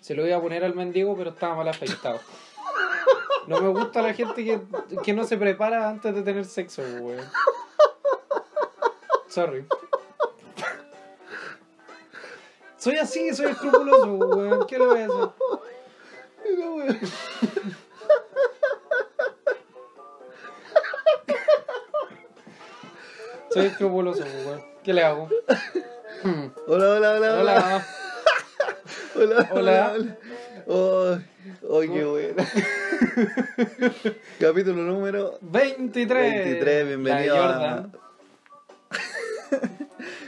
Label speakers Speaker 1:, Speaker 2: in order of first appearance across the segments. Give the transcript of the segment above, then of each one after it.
Speaker 1: Se lo iba a poner al mendigo, pero estaba mal afectado. No me gusta la gente que, que no se prepara antes de tener sexo, weón. Sorry. Soy así, soy escrupuloso, weón. ¿Qué le voy a hacer?
Speaker 2: Mira, weón.
Speaker 1: Soy escrupuloso, weón. ¿Qué le hago?
Speaker 2: Hola, hola, hola, hola.
Speaker 1: Hola.
Speaker 2: Hola,
Speaker 1: Hola.
Speaker 2: hola. hola. Oh, oh, qué buena. Capítulo número
Speaker 1: 23.
Speaker 2: 23. Bienvenido
Speaker 1: La
Speaker 2: a,
Speaker 1: Jordan.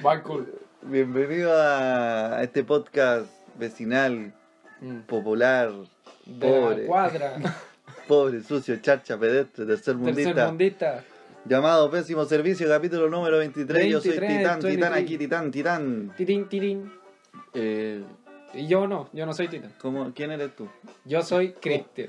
Speaker 1: Va cool.
Speaker 2: bienvenido a este podcast vecinal,
Speaker 1: Mm.
Speaker 2: popular,
Speaker 1: De
Speaker 2: pobre,
Speaker 1: la cuadra.
Speaker 2: pobre, sucio, charcha, pedestre, tercermundista.
Speaker 1: Tercermundista.
Speaker 2: Llamado Pésimo Servicio, capítulo número 23. Yo soy
Speaker 1: 23,
Speaker 2: Titán, Titán
Speaker 1: 23.
Speaker 2: aquí, Titán, Titán.
Speaker 1: Tirín, tirín.
Speaker 2: Eh,
Speaker 1: Y yo no, yo no soy titán.
Speaker 2: ¿cómo, ¿Quién eres tú?
Speaker 1: Yo soy
Speaker 2: Oh.
Speaker 1: Cristian.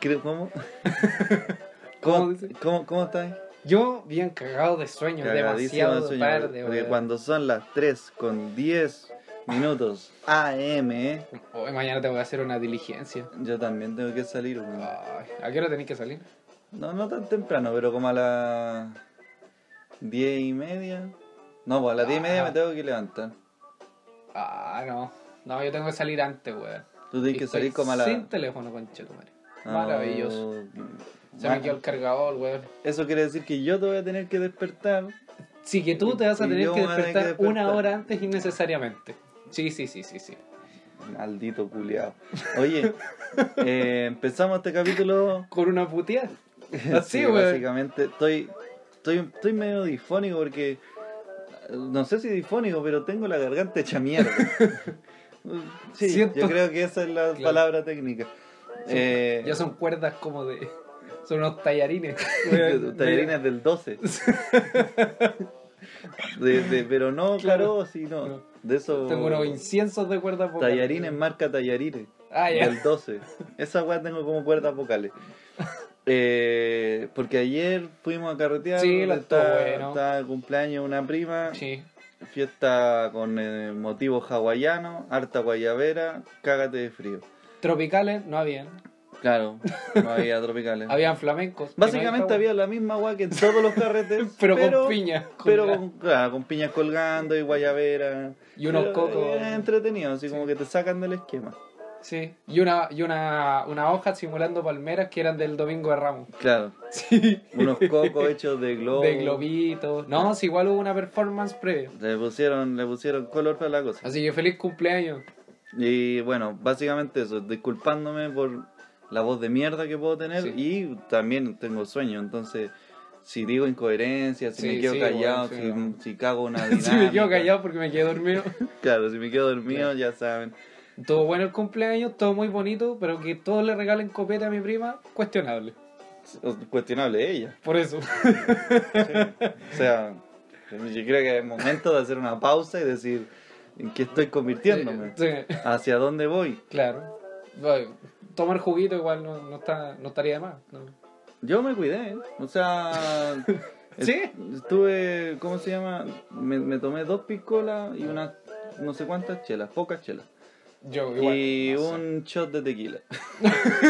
Speaker 2: Creo- ¿Cómo?
Speaker 1: ¿Cómo
Speaker 2: ¿Cómo,
Speaker 1: dice?
Speaker 2: cómo, cómo estás?
Speaker 1: Yo bien cagado de sueño,
Speaker 2: Cagadísimo
Speaker 1: demasiado
Speaker 2: de sueño,
Speaker 1: tarde,
Speaker 2: Porque
Speaker 1: weón.
Speaker 2: cuando son las 3 con 10 minutos AM, eh,
Speaker 1: Hoy mañana tengo que hacer una diligencia.
Speaker 2: yo también tengo que salir. weón.
Speaker 1: Ay, ¿A qué hora tenéis que salir?
Speaker 2: No, no tan temprano, pero como a las 10 y media. No, pues a las 10 y media
Speaker 1: Ah.
Speaker 2: me tengo que levantar.
Speaker 1: Ah, no. No, yo tengo que salir antes, weón.
Speaker 2: Tú tienes que
Speaker 1: Estoy
Speaker 2: salir como a las.
Speaker 1: Sin teléfono, conchetumare. Maravilloso.
Speaker 2: Ah,
Speaker 1: Se me quedó el cargador, weón.
Speaker 2: Eso quiere decir que yo te voy a tener que despertar.
Speaker 1: Sí, que tú te vas a
Speaker 2: Y
Speaker 1: tener
Speaker 2: yo
Speaker 1: que
Speaker 2: me voy a tener
Speaker 1: despertar,
Speaker 2: que
Speaker 1: una
Speaker 2: despertar.
Speaker 1: hora antes innecesariamente. Sí, sí, sí, sí, sí.
Speaker 2: Maldito culiao. Oye, eh, empezamos este capítulo.
Speaker 1: Con una puteada. Así,
Speaker 2: Sí,
Speaker 1: weón.
Speaker 2: Básicamente, estoy, estoy, estoy medio difónico porque. No sé si difónico, pero tengo la garganta hecha mierda. sí,
Speaker 1: Siento-
Speaker 2: yo creo que esa es la
Speaker 1: Claro.
Speaker 2: palabra técnica. Eh,
Speaker 1: Ya son cuerdas como de. Son unos tallarines. weón.
Speaker 2: tallarines del 12. De- de- pero no,
Speaker 1: Claro.
Speaker 2: claro, sí, no.
Speaker 1: No.
Speaker 2: De eso.
Speaker 1: Tengo unos inciensos de cuerdas vocales.
Speaker 2: Tallarines marca Tallarines.
Speaker 1: Ah, ya.
Speaker 2: Del 12. Esa weá tengo como cuerdas vocales. Eh, porque ayer fuimos a carretear.
Speaker 1: Sí, lo estuvo
Speaker 2: estaba-
Speaker 1: bueno.
Speaker 2: estaba el cumpleaños de una prima.
Speaker 1: Sí.
Speaker 2: Fiesta con eh, motivos hawaianos, harta guayabera, cágate de frío.
Speaker 1: Tropicales no habían.
Speaker 2: Claro, no había tropicales.
Speaker 1: Habían flamencos. que no
Speaker 2: Básicamente
Speaker 1: había-
Speaker 2: había la misma weá que en todos los carretes,
Speaker 1: Pero, con piña. con
Speaker 2: pero
Speaker 1: gas.
Speaker 2: con, claro, con piñas colgando y guayabera.
Speaker 1: Y unos
Speaker 2: Pero,
Speaker 1: cocos.
Speaker 2: eh, entretenido, así como que te sacan del esquema.
Speaker 1: Sí. Y una, y una, una hoja simulando palmeras que eran del domingo de Ramos.
Speaker 2: Claro,
Speaker 1: Sí.
Speaker 2: unos cocos hechos de globo.
Speaker 1: De globitos. No, si igual hubo una performance previa.
Speaker 2: Le pusieron, le pusieron color para la cosa.
Speaker 1: Así que feliz cumpleaños.
Speaker 2: Y bueno, básicamente eso, disculpándome por la voz de mierda que puedo tener
Speaker 1: Sí.
Speaker 2: y también tengo sueño, entonces si digo incoherencia, si
Speaker 1: Sí,
Speaker 2: me quedo
Speaker 1: sí,
Speaker 2: callado,
Speaker 1: bueno, sí,
Speaker 2: si,
Speaker 1: no.
Speaker 2: si cago una dinámica.
Speaker 1: Si me quedo callado porque me quedé dormido.
Speaker 2: Claro, si me quedo dormido, ya saben.
Speaker 1: Todo bueno el cumpleaños, todo muy bonito, pero que todos le regalen copete a mi prima, cuestionable.
Speaker 2: O- Cuestionable ella.
Speaker 1: Por eso.
Speaker 2: O sea, yo creo que es momento de hacer una pausa y decir en qué estoy convirtiéndome,
Speaker 1: Sí,
Speaker 2: hacia dónde voy.
Speaker 1: claro. Bueno, tomar juguito igual no, no está, no estaría de más. ¿no?
Speaker 2: Yo me cuidé, ¿eh? o sea. est-
Speaker 1: ¿Sí?
Speaker 2: Estuve, ¿cómo se llama? Me, me tomé dos piscolas y unas no sé cuántas chelas, pocas chelas.
Speaker 1: Yo igual.
Speaker 2: y
Speaker 1: no sé.
Speaker 2: un shot de tequila,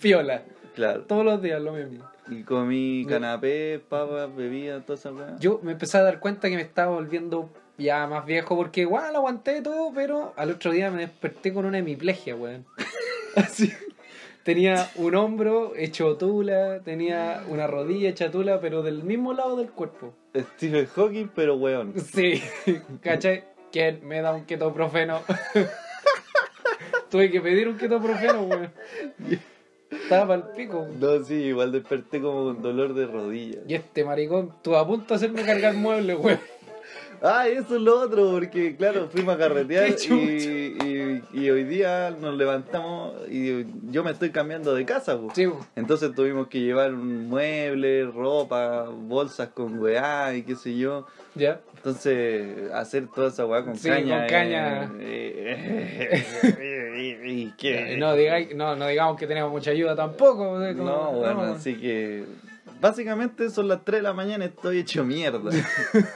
Speaker 1: Piola.
Speaker 2: claro.
Speaker 1: Todos los días lo mismo.
Speaker 2: Y comí
Speaker 1: Yo-
Speaker 2: canapé, papas, bebidas, toda esa weá.
Speaker 1: Yo me empecé a dar cuenta que me estaba volviendo ya más viejo porque igual aguanté todo, pero al otro día me desperté con una hemiplegia, weón. Así. Tenía un hombro hecho tula, tenía una rodilla hecha tula, pero del mismo lado del cuerpo.
Speaker 2: Stephen Hawking, pero weón.
Speaker 1: Sí, ¿cachai? ¿Quién me da un ketoprofeno? Tuve que pedir un ketoprofeno, weón. Estaba pa'l pico. weón.
Speaker 2: No, sí, igual desperté como con dolor de rodillas.
Speaker 1: Y este maricón estuvo a punto de hacerme cargar muebles, weón.
Speaker 2: Ah, eso es lo otro, porque claro, fuimos a carretear
Speaker 1: Qué
Speaker 2: y, y, y hoy día nos levantamos y yo me estoy cambiando de casa, pues.
Speaker 1: Sí, weón.
Speaker 2: Entonces tuvimos que llevar un mueble, ropa, bolsas con weá y qué sé yo.
Speaker 1: ya.
Speaker 2: Entonces, hacer toda esa weá con
Speaker 1: Sí,
Speaker 2: caña.
Speaker 1: con
Speaker 2: eh,
Speaker 1: caña.
Speaker 2: eh, y que-
Speaker 1: No, diga- no, no digamos que tenemos mucha ayuda tampoco. o sea, como-
Speaker 2: No, bueno,
Speaker 1: no.
Speaker 2: así que Básicamente son las 3 de la mañana y estoy hecho mierda.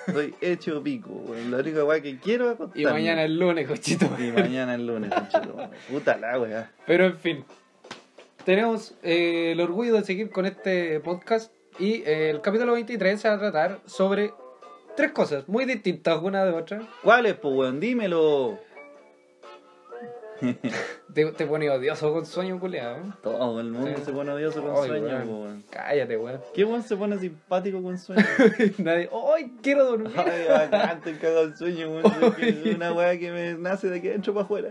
Speaker 2: estoy hecho pico, weón. La única weá que quiero
Speaker 1: Y
Speaker 2: es acostarme.
Speaker 1: mañana es lunes, cochito.
Speaker 2: Y mañana es lunes, conchetumare. Puta la weá.
Speaker 1: Pero en fin, tenemos eh, el orgullo de seguir con este podcast y eh, el capítulo 23 se va a tratar sobre tres cosas muy distintas una de otra.
Speaker 2: ¿Cuál es, po, weón? Dímelo.
Speaker 1: Te, te pone odioso con sueño, culeado.
Speaker 2: Todo el mundo
Speaker 1: Sí.
Speaker 2: se pone odioso con
Speaker 1: Ay,
Speaker 2: sueño,
Speaker 1: weón.
Speaker 2: po, weón.
Speaker 1: Cállate, weón.
Speaker 2: ¿Qué weón se pone simpático con sueño?
Speaker 1: Nadie. ¡Ay, quiero dormir!
Speaker 2: Ay, bacán, estoy cagado el sueño, weón. Es una weá que me nace de aquí adentro para afuera.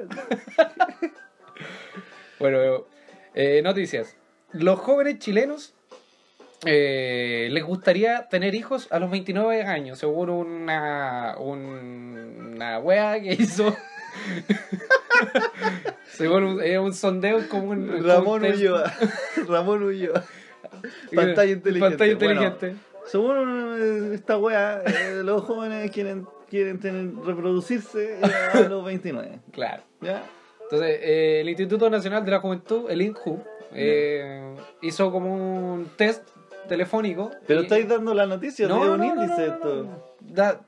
Speaker 1: Bueno, eh, noticias. Los jóvenes chilenos eh, les gustaría tener hijos a los 29 años, según una, un- una wea que hizo. según un, eh, un sondeo como un. como un
Speaker 2: Ramón
Speaker 1: test.
Speaker 2: Ulloa. Ramón Ulloa. Pantalla inteligente.
Speaker 1: Pantalla
Speaker 2: Bueno,
Speaker 1: inteligente.
Speaker 2: Según eh, esta weá, eh, los jóvenes quieren, quieren tener, reproducirse eh, a los 29.
Speaker 1: Claro.
Speaker 2: ¿Ya?
Speaker 1: Entonces, eh, el Instituto Nacional de la Juventud, el INJU, eh, hizo como un test telefónico.
Speaker 2: Pero
Speaker 1: y-
Speaker 2: estáis dando la noticia, no, un índice
Speaker 1: no, no,
Speaker 2: esto.
Speaker 1: no. Da-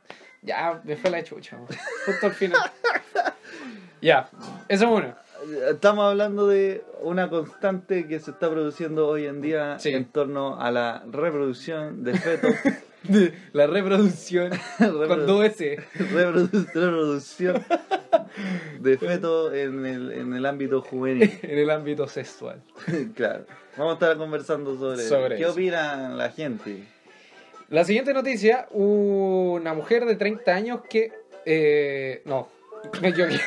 Speaker 1: ya, me fue la chucha, weón. justo al final. ya, eso es uno.
Speaker 2: Estamos hablando de una constante que se está produciendo hoy en día
Speaker 1: Sí.
Speaker 2: en torno a la reproducción de fetos.
Speaker 1: La reproducción con
Speaker 2: Reprodu-
Speaker 1: dos S.
Speaker 2: reprodu- reproducción de fetos en el, en el ámbito juvenil.
Speaker 1: En el ámbito sexual.
Speaker 2: claro. Vamos a estar conversando sobre,
Speaker 1: Sobre
Speaker 2: qué
Speaker 1: eso.
Speaker 2: opina la gente.
Speaker 1: La siguiente noticia, una mujer de 30 años que... eh, no, me equivoqué.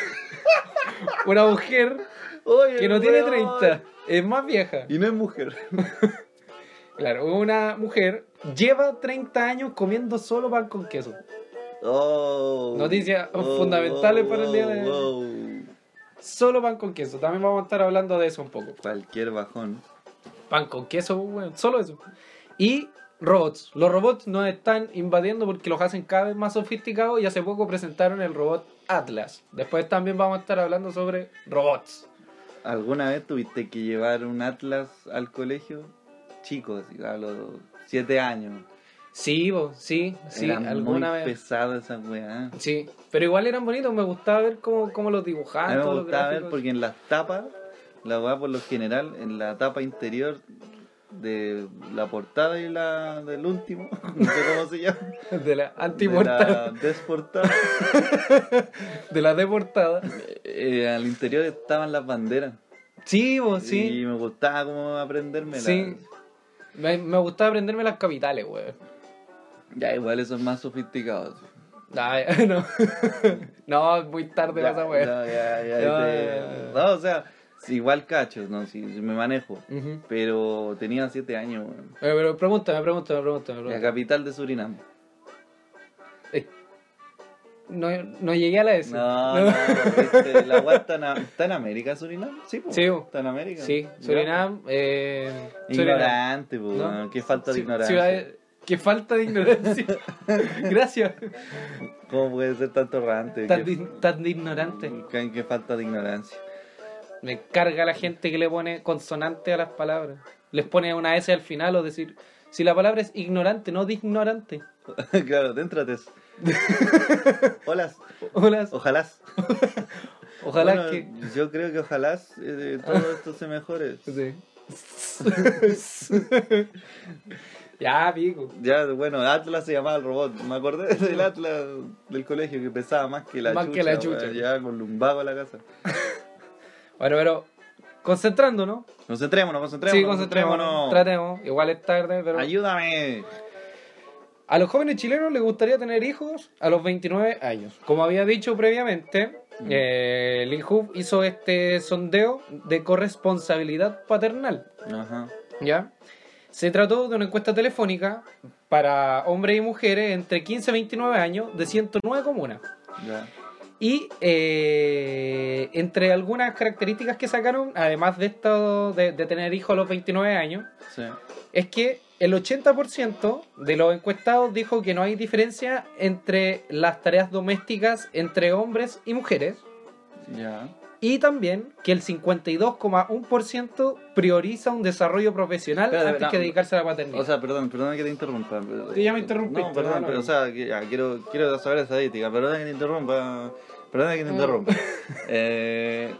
Speaker 1: una mujer
Speaker 2: Oye,
Speaker 1: que no tiene
Speaker 2: weón.
Speaker 1: 30, es más vieja.
Speaker 2: Y no es mujer.
Speaker 1: Claro, una mujer lleva 30 años comiendo solo pan con queso.
Speaker 2: Oh.
Speaker 1: Noticias fundamentales para el día de-
Speaker 2: hoy.
Speaker 1: Solo pan con queso. También vamos a estar hablando de eso un poco.
Speaker 2: Cualquier bajón.
Speaker 1: Pan con queso, pues, weón. Solo eso. Y robots. Los robots nos están invadiendo porque los hacen cada vez más sofisticados y hace poco presentaron el robot Atlas. Después también vamos a estar hablando sobre robots.
Speaker 2: ¿Alguna vez tuviste que llevar un atlas al colegio? Chicos, a los 7 años.
Speaker 1: Sí, vos, sí, sí,
Speaker 2: Era
Speaker 1: alguna
Speaker 2: muy
Speaker 1: vez.
Speaker 2: pesada esa weá.
Speaker 1: Sí, pero igual eran bonitos, me gustaba ver cómo, cómo los dibujaban.
Speaker 2: a mí
Speaker 1: Ah, todos
Speaker 2: me
Speaker 1: los
Speaker 2: gustaba ver
Speaker 1: gráficos.
Speaker 2: porque en las tapas, la weá por lo general, en la tapa interior de la portada y la del último, no sé cómo se llama,
Speaker 1: De la
Speaker 2: de
Speaker 1: antiportada,
Speaker 2: la desportada,
Speaker 1: de la deportada.
Speaker 2: eh, al interior estaban las banderas.
Speaker 1: Sí, vos, Ah, sí.
Speaker 2: Y me gustaba como aprendérmela.
Speaker 1: Sí. Me, me gustaba aprenderme las capitales, weón.
Speaker 2: Ya, igual eso es más sofisticado. sí.
Speaker 1: Ay, no. no, es muy tarde
Speaker 2: Ya,
Speaker 1: para esa weá.
Speaker 2: no, ya, ya,
Speaker 1: No,
Speaker 2: este,
Speaker 1: ya, ya.
Speaker 2: no, o sea, sí, igual cachos, ¿no? Si me manejo.
Speaker 1: Ujú. Eh,
Speaker 2: Pero tenía 7 años, weón.
Speaker 1: Pero pregúntame, pregúntame, pregúntame.
Speaker 2: La
Speaker 1: pregúntame.
Speaker 2: capital de Surinam.
Speaker 1: Eh, No, no llegué a la S.
Speaker 2: No, no, este, la weá está, en a- está en América, Surinam. Sí, po.
Speaker 1: Sí, po.
Speaker 2: está en América.
Speaker 1: Sí,
Speaker 2: Ya.
Speaker 1: Surinam. Eh, Surinam.
Speaker 2: Ignorante, po,
Speaker 1: ¿No?
Speaker 2: weón. Qué falta de
Speaker 1: Ci-
Speaker 2: ignorancia.
Speaker 1: ciudad- Qué falta de ignorancia. Gracias.
Speaker 2: ¿Cómo puede ser tan torrante?
Speaker 1: Tan, de- tan de ignorante.
Speaker 2: qué, qué falta de ignorancia.
Speaker 1: Me carga la gente que le pone consonante a las palabras. Les pone una S al final o decir, si la palabra es ignorante, no de ignorante.
Speaker 2: claro, déntrate. Hola.
Speaker 1: Hola.
Speaker 2: Ojalá.
Speaker 1: Ojalá
Speaker 2: Bueno,
Speaker 1: que...
Speaker 2: Yo creo que ojalá eh, todo esto se mejore.
Speaker 1: ya, pico.
Speaker 2: Ya, bueno, Atlas se llamaba el robot. Me acordé del Atlas del colegio que pesaba más que la
Speaker 1: Más
Speaker 2: chucha.
Speaker 1: que la
Speaker 2: weón.
Speaker 1: chucha.
Speaker 2: Llegaba con lumbago a la casa.
Speaker 1: Bueno, pero concentrándonos.
Speaker 2: Concentrémonos, concentrémonos.
Speaker 1: sí, concentrémonos. Tratemos. Igual es tarde, pero.
Speaker 2: Ayúdame.
Speaker 1: A los jóvenes chilenos les gustaría tener hijos a los 29 años. Como había dicho previamente,
Speaker 2: Mm.
Speaker 1: eh, el INJUV hizo este sondeo de corresponsabilidad paternal.
Speaker 2: Ajá.
Speaker 1: ¿Ya? Se trató de una encuesta telefónica para hombres y mujeres entre 15 y 29 años de 109 comunas.
Speaker 2: Ya.
Speaker 1: Y eh, entre algunas características que sacaron, además de esto de, de tener hijos a los 29 años,
Speaker 2: Sí.
Speaker 1: es que el 80% de los encuestados dijo que no hay diferencia entre las tareas domésticas entre hombres y mujeres.
Speaker 2: Ya.
Speaker 1: Y también que el 52,1% prioriza un desarrollo profesional
Speaker 2: Espérate,
Speaker 1: antes
Speaker 2: no,
Speaker 1: que dedicarse a la paternidad.
Speaker 2: O sea, perdón, perdón que te interrumpa. pero-
Speaker 1: Sí, ya me interrumpiste,
Speaker 2: No, perdón,
Speaker 1: no, no,
Speaker 2: pero
Speaker 1: no.
Speaker 2: o sea, que- ya, quiero, quiero saber esa estadística. Perdón que te interrumpa. Perdón que te
Speaker 1: Mm.
Speaker 2: interrumpa. Eh,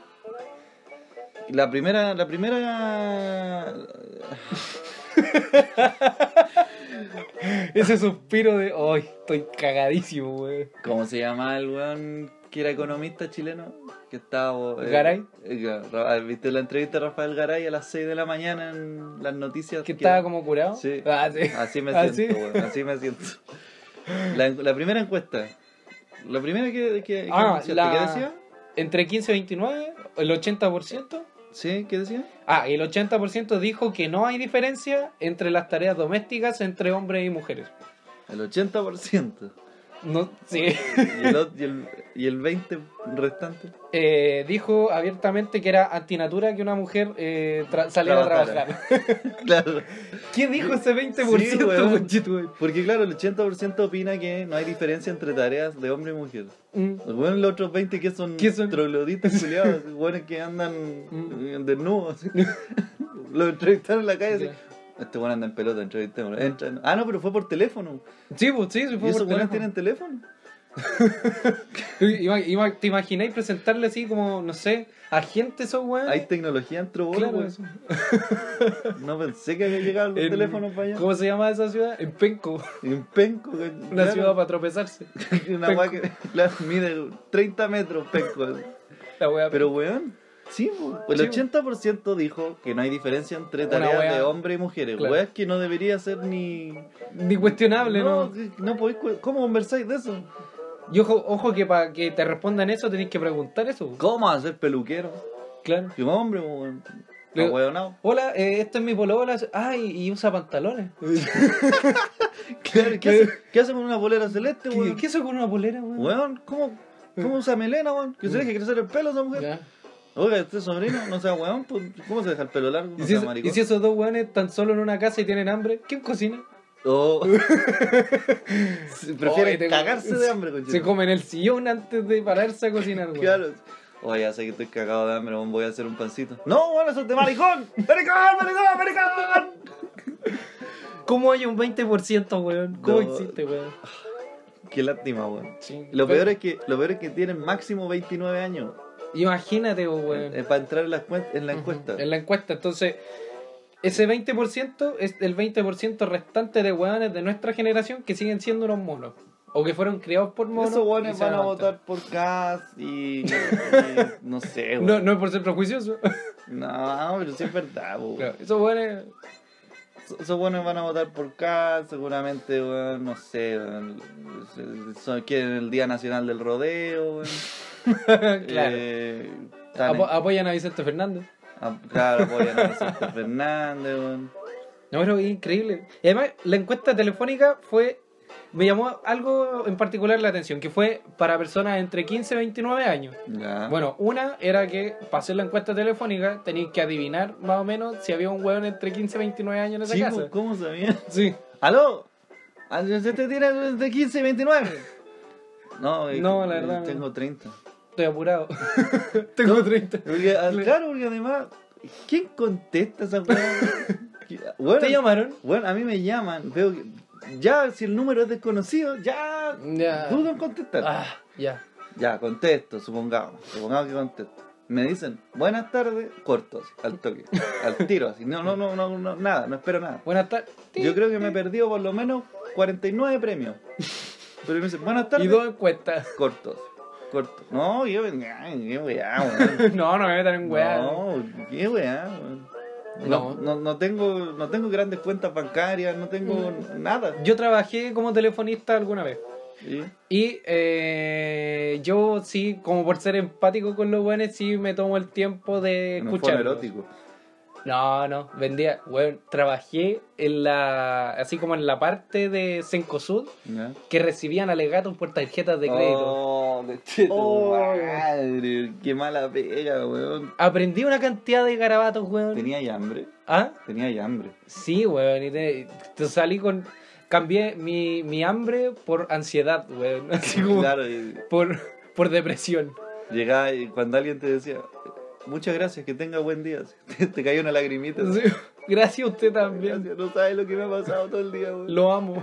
Speaker 2: la primera, la primera.
Speaker 1: Ese suspiro de, ¡ay, estoy cagadísimo, güey!
Speaker 2: ¿Cómo se llama el weón que era economista chileno? Que estaba.
Speaker 1: ¿Garay?
Speaker 2: eh, Ra- ¿Viste la entrevista de Rafael Garay a las 6 de la mañana en las noticias?
Speaker 1: Que estaba como curado.
Speaker 2: Sí.
Speaker 1: Ah, sí.
Speaker 2: Así me
Speaker 1: ¿Ah,
Speaker 2: siento,
Speaker 1: sí?
Speaker 2: weón, así me siento. La, la primera encuesta. La primera que, que, que
Speaker 1: Ah,
Speaker 2: anunciaste,
Speaker 1: la-
Speaker 2: ¿qué decía?
Speaker 1: Entre 15 y 29, el 80%.
Speaker 2: ¿Sí? ¿Qué decía?
Speaker 1: Ah, y el 80% dijo que no hay diferencia entre las tareas domésticas entre hombres y mujeres.
Speaker 2: El 80%.
Speaker 1: No, sí.
Speaker 2: Y el, ot- y el, y el 20% restante.
Speaker 1: Eh, dijo abiertamente que era antinatura que una mujer eh, tra- saliera
Speaker 2: Trabajara.
Speaker 1: a trabajar.
Speaker 2: Claro.
Speaker 1: ¿Qué dijo ese 20%?
Speaker 2: Sí, weón.
Speaker 1: conchetumare?
Speaker 2: Porque claro, el 80% opina que no hay diferencia entre tareas de hombre y mujer.
Speaker 1: Mm.
Speaker 2: Bueno, los otros 20 que son,
Speaker 1: ¿Qué son?
Speaker 2: trogloditas culiados, buenos que andan
Speaker 1: Mm.
Speaker 2: eh, desnudos. Los entrevistaron en la calle. así,
Speaker 1: Ya.
Speaker 2: Este bueno anda en pelota, entrevistémoslo. Entra- Ah, no, pero fue por teléfono.
Speaker 1: Sí, pues, sí, sí,
Speaker 2: ¿Y
Speaker 1: fue
Speaker 2: esos
Speaker 1: por
Speaker 2: buenos
Speaker 1: teléfono.
Speaker 2: tienen teléfono?
Speaker 1: Ima- ima- ¿Te imagináis presentarle así como, no sé, a gente esos weones?
Speaker 2: Hay tecnología en Trobolo,
Speaker 1: Claro,
Speaker 2: weón.
Speaker 1: eso.
Speaker 2: No pensé que había llegado los
Speaker 1: En-
Speaker 2: teléfonos para allá.
Speaker 1: ¿Cómo se llama esa ciudad? En Penco,
Speaker 2: En Penco, güey.
Speaker 1: una
Speaker 2: Claro,
Speaker 1: ciudad para tropezarse.
Speaker 2: Una weá que la- mide 30 metros, Penco. así.
Speaker 1: La wea
Speaker 2: Pero, weón, sí, po. el
Speaker 1: Sí, po.
Speaker 2: 80% dijo que no hay diferencia entre
Speaker 1: Una
Speaker 2: tareas
Speaker 1: weá-
Speaker 2: de hombre y mujeres.
Speaker 1: Claro.
Speaker 2: Weas que no debería ser ni.
Speaker 1: ni cuestionable, ¿no?
Speaker 2: No, que- no podéis cu- ¿Cómo conversáis de eso?
Speaker 1: Y ojo, ojo que para que te respondan eso tenéis que preguntar eso.
Speaker 2: ¿Cómo hacer peluquero?
Speaker 1: Claro.
Speaker 2: Que hombre, weón.
Speaker 1: Le-
Speaker 2: No, weón, no.
Speaker 1: Hola, eh, este es mi polola. Ay, y usa pantalones.
Speaker 2: Este Claro, ¿qué hace, qué hace con una bolera celeste,
Speaker 1: ¿Qué,
Speaker 2: weón?
Speaker 1: qué hizo con una polera, weón?
Speaker 2: Weón, ¿cómo, ¿cómo usa melena, weón? Que se deje crecer el pelo esa mujer.
Speaker 1: Ya.
Speaker 2: Oiga, este sobrino, no sea weón, pues, ¿cómo se deja el pelo largo?
Speaker 1: ¿Y,
Speaker 2: No
Speaker 1: si,
Speaker 2: sea
Speaker 1: es-
Speaker 2: maricón.
Speaker 1: y si esos dos weones están solo en una casa y tienen hambre? ¿Quién cocina?
Speaker 2: Oh. Se prefiere
Speaker 1: Oye, te-
Speaker 2: cagarse de hambre, conchito.
Speaker 1: Se comen el sillón antes de pararse a cocinar, weón.
Speaker 2: Claro. Oye, ya sé que estoy cagado de hambre, weón, voy a hacer un pancito. No, weón, eso es de maricón. ¡Maricón, maricón, maricón!
Speaker 1: ¿Cómo hay un 20%, weón? ¿Cómo
Speaker 2: No.
Speaker 1: existe, weón?
Speaker 2: Qué lástima, weón. Lo peor, es que, lo peor es que tienen máximo 29 años
Speaker 1: Imagínate, weón.
Speaker 2: eh, para entrar en la, cuen- en la encuesta.
Speaker 1: En la encuesta, entonces, ese 20% es el 20% restante de weones de nuestra generación que siguen siendo unos monos. O que fueron criados por monos.
Speaker 2: Esos
Speaker 1: y
Speaker 2: weones
Speaker 1: se
Speaker 2: van a
Speaker 1: levantan.
Speaker 2: votar por Cas y, y No sé, weón.
Speaker 1: No, no es por ser prejuicioso.
Speaker 2: No, pero sí es verdad, weón.
Speaker 1: Claro, Esos weones.
Speaker 2: Esos buenos van a votar por K, seguramente, weón, no sé, weón, se- son- quieren el Día Nacional del Rodeo, weón.
Speaker 1: claro.
Speaker 2: Eh, están
Speaker 1: Apo-
Speaker 2: en-
Speaker 1: apoyan a Vicente Fernández.
Speaker 2: ap- claro, apoyan a Vicente Fernández, weón.
Speaker 1: No, pero es increíble. Y además, la encuesta telefónica fue. Me llamó algo en particular la atención, que fue para personas entre 15 y 29 años.
Speaker 2: Ya.
Speaker 1: Bueno, una era que para hacer la encuesta telefónica tenías que adivinar más o menos si había un hueón entre 15 y 29 años en esa
Speaker 2: Sí,
Speaker 1: casa.
Speaker 2: pues, ¿cómo sabían?
Speaker 1: Sí.
Speaker 2: ¡Aló! ¿A- ¿Usted tiene de 15 y 29? No, eh,
Speaker 1: No, la
Speaker 2: eh,
Speaker 1: verdad,
Speaker 2: Tengo 30.
Speaker 1: Estoy apurado. Tengo 30.
Speaker 2: Porque, ah,
Speaker 1: Le-
Speaker 2: claro, porque además, ¿quién contesta esa weón? Bueno,
Speaker 1: ¿Te llamaron?
Speaker 2: Bueno, a mí me llaman, veo que. Ya, si el número es desconocido, ya.
Speaker 1: Ya.
Speaker 2: Dudo en contestar.
Speaker 1: Ah, ya.
Speaker 2: Ya, contesto, supongamos. Supongamos que contesto. Me dicen, buenas tardes, cortos, al toque, al tiro, así. No, no, no, no, no, nada, no espero nada.
Speaker 1: Buenas tardes.
Speaker 2: Yo creo que me he perdido por lo menos 49 premios. Pero me dicen, buenas
Speaker 1: Y
Speaker 2: tardes,
Speaker 1: dos encuestas.
Speaker 2: cortos, cortos. No, yo, ay, qué weá, weón.
Speaker 1: no, no me metan en weá.
Speaker 2: No, qué weá, weón.
Speaker 1: No.
Speaker 2: No, no, no tengo, no tengo grandes cuentas bancarias, no tengo
Speaker 1: Mm.
Speaker 2: nada.
Speaker 1: Yo trabajé como telefonista alguna vez.
Speaker 2: ¿sí?
Speaker 1: Y eh, yo sí, como por ser empático con los buenos, sí me tomo el tiempo de
Speaker 2: En un
Speaker 1: escuchar.
Speaker 2: fono erótico.
Speaker 1: No, no, vendía, weón, trabajé en la, así como en la parte de Cencosud
Speaker 2: ¿Ya?
Speaker 1: que recibían alegatos por tarjetas de crédito.
Speaker 2: Oh, de cheto,
Speaker 1: Oh.
Speaker 2: madre, qué mala pega, weón.
Speaker 1: Aprendí una cantidad de garabatos, weón.
Speaker 2: Tenía ya hambre,
Speaker 1: ¿Ah?
Speaker 2: tenía ya hambre.
Speaker 1: Sí, weón, y te, te salí con, cambié mi, mi hambre por ansiedad, weón, así como
Speaker 2: Claro, y-
Speaker 1: por, por depresión.
Speaker 2: Llegaba y cuando alguien te decía, muchas gracias, que tenga buen día, te, te caía una lagrimita. así,
Speaker 1: Gracias a usted también.
Speaker 2: "Gracias, no sabes lo que me ha pasado todo el día, weón".
Speaker 1: Lo amo.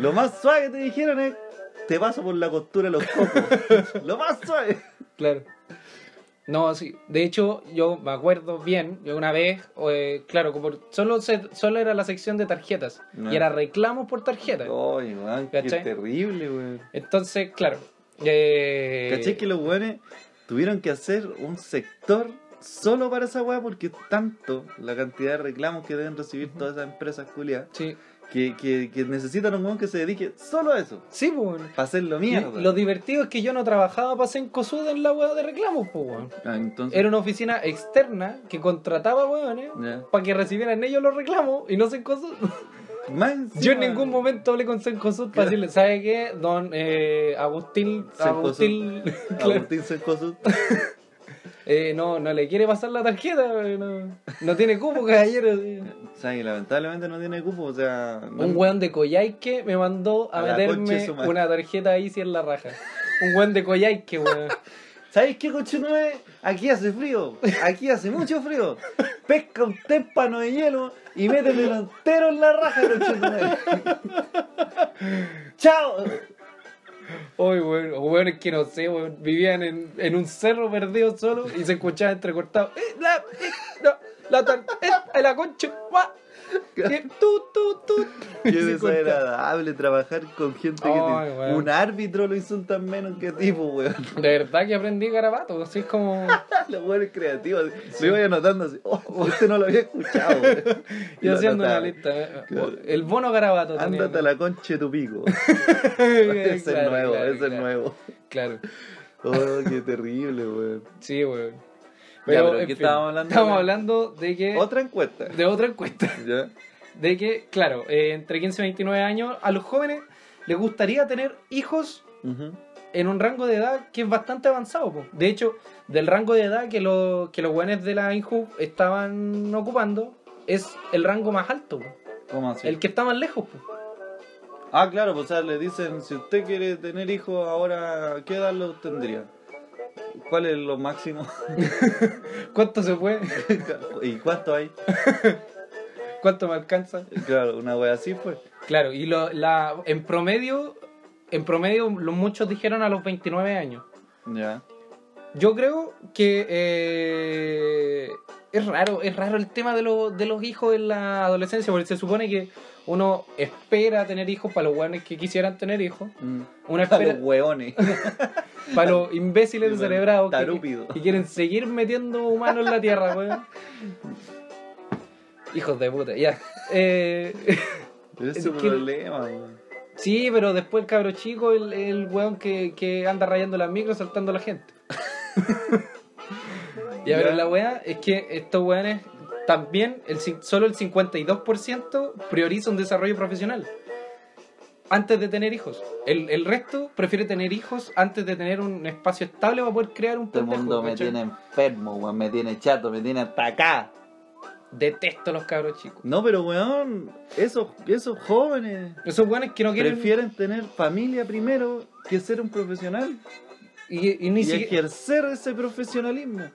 Speaker 2: Lo más suave que te dijeron es, te paso por la costura de los cocos. lo más suave.
Speaker 1: Claro. No, sí. De hecho, yo me acuerdo bien, yo una vez, eh, claro, como solo, se- solo era la sección de tarjetas.
Speaker 2: No.
Speaker 1: Y era reclamos por tarjeta.
Speaker 2: Ay, weón, qué
Speaker 1: ¿Cachai?
Speaker 2: terrible, weón.
Speaker 1: Entonces, claro. eh,
Speaker 2: ¿Cachai que los weones tuvieron que hacer un sector solo para esa weá? Porque es tanto la cantidad de reclamos que deben recibir todas esas empresas culiadas
Speaker 1: Sí,
Speaker 2: que, que, que necesitan un weón que se dedique solo a eso,
Speaker 1: sí pues, weón.
Speaker 2: para hacerlo
Speaker 1: Y
Speaker 2: mierda.
Speaker 1: Lo divertido es que yo no trabajaba para Sencosud en la weá de reclamos, pues, weón.
Speaker 2: Ah, entonces,
Speaker 1: Era una oficina externa que contrataba weones
Speaker 2: ya.
Speaker 1: para que recibieran ellos los reclamos y no Sencosud.
Speaker 2: Más encima,
Speaker 1: Yo en ningún momento hablé con Sencosud para
Speaker 2: Claro.
Speaker 1: decirle, ¿sabe qué? Don eh, Agustín.
Speaker 2: Sencosud.
Speaker 1: Agustín. claro.
Speaker 2: Agustín Cercoso,
Speaker 1: Eh, no, no le quiere pasar la tarjeta, eh, no, no tiene cupo, caballero. eh.
Speaker 2: o sea, y lamentablemente no tiene cupo, o sea... no-
Speaker 1: Un weón de Coyhaique me mandó a,
Speaker 2: A la concha de
Speaker 1: meterme
Speaker 2: su madre.
Speaker 1: una tarjeta ahí si en la raja. Un weón de Coyhaique, weón.
Speaker 2: ¿Sabéis qué, cochonue? Aquí hace frío, aquí hace mucho frío. Pesca un témpano de hielo y métele entero en la raja, cochonue. ¡Chao!
Speaker 1: Oye, weón, o weón, es que no sé, weón. Vivían en, en un cerro perdido solo y se escuchaba entrecortado. "Eh, la, eh, no, la tar- eh, la concha, guá, eh, tu, tu, tu.
Speaker 2: Qué
Speaker 1: Y se cortaba.
Speaker 2: desagradable trabajar con gente que
Speaker 1: Ay,
Speaker 2: te-
Speaker 1: weón.
Speaker 2: un árbitro lo insultan menos que tipo, weón.
Speaker 1: De verdad que aprendí garabato, así es como...
Speaker 2: Los weones creativos. Me iba anotando así. Oh, este no lo había escuchado, weón.
Speaker 1: Y
Speaker 2: lo
Speaker 1: haciendo una
Speaker 2: anotaba.
Speaker 1: lista. eh.
Speaker 2: Claro.
Speaker 1: El bono garabato. tenía,
Speaker 2: Ándate a la concha de tu pico.
Speaker 1: Ese
Speaker 2: Ese es nuevo, ese es nuevo.
Speaker 1: Claro,
Speaker 2: Oh, qué terrible, weón.
Speaker 1: sí, weón.
Speaker 2: pero
Speaker 1: en
Speaker 2: ¿qué
Speaker 1: fin,
Speaker 2: estábamos hablando,
Speaker 1: estábamos
Speaker 2: weón?
Speaker 1: hablando de que.
Speaker 2: Otra encuesta.
Speaker 1: De otra encuesta.
Speaker 2: ¿Ya?
Speaker 1: De que, claro, eh, entre 15 y 29 años, a los jóvenes les gustaría tener hijos
Speaker 2: Ujú.
Speaker 1: en un rango de edad que es bastante avanzado. po. De hecho, del rango de edad que, los que los weones de la INJU estaban ocupando, es el rango más alto, po.
Speaker 2: ¿Cómo así?
Speaker 1: el que está más lejos. po.
Speaker 2: Ah, claro, pues o sea, le dicen, si usted quiere tener hijos ahora, ¿qué edad lo tendría? ¿Cuál es lo máximo?
Speaker 1: ¿Cuánto se puede?
Speaker 2: ¿Y cuánto hay?
Speaker 1: ¿Cuánto me alcanza?
Speaker 2: Claro, una wea así pues.
Speaker 1: Claro, y lo, la, en promedio, en promedio lo- muchos dijeron a los 29 años.
Speaker 2: Ya.
Speaker 1: Yo creo que eh, es raro, es raro el tema de, lo- de los hijos en la adolescencia, porque se supone que uno espera tener hijos para los guanes que quisieran tener hijos,
Speaker 2: Mm.
Speaker 1: uno
Speaker 2: A los
Speaker 1: espera
Speaker 2: hueones.
Speaker 1: para los imbéciles
Speaker 2: Sí, bueno,
Speaker 1: descerebrados que,
Speaker 2: tarúpido.
Speaker 1: que quieren seguir metiendo humanos en la tierra, weón. Hijos de puta, ya. Eh,
Speaker 2: Pero ese
Speaker 1: Es
Speaker 2: es un
Speaker 1: que-
Speaker 2: problema, weón.
Speaker 1: Sí, pero después el cabro chico, el, el weón que, que anda rayando las micros, saltando a la gente. ya, pero
Speaker 2: Ya.
Speaker 1: la weá es que estos weones también, el, cin- solo el 52% prioriza un desarrollo profesional antes de tener hijos. El, el resto prefiere tener hijos antes de tener un espacio estable para poder crear un
Speaker 2: Todo el
Speaker 1: pendejo,
Speaker 2: mundo me
Speaker 1: ¿cachai?
Speaker 2: tiene enfermo, weón, me tiene chato, me tiene hasta acá.
Speaker 1: Detesto a los cabros chicos.
Speaker 2: No, pero weón, esos, esos jóvenes
Speaker 1: Esos weones que no quieren.
Speaker 2: prefieren tener familia primero que ser un profesional
Speaker 1: Y, y ni
Speaker 2: y
Speaker 1: siquiera.
Speaker 2: ejercer ese profesionalismo.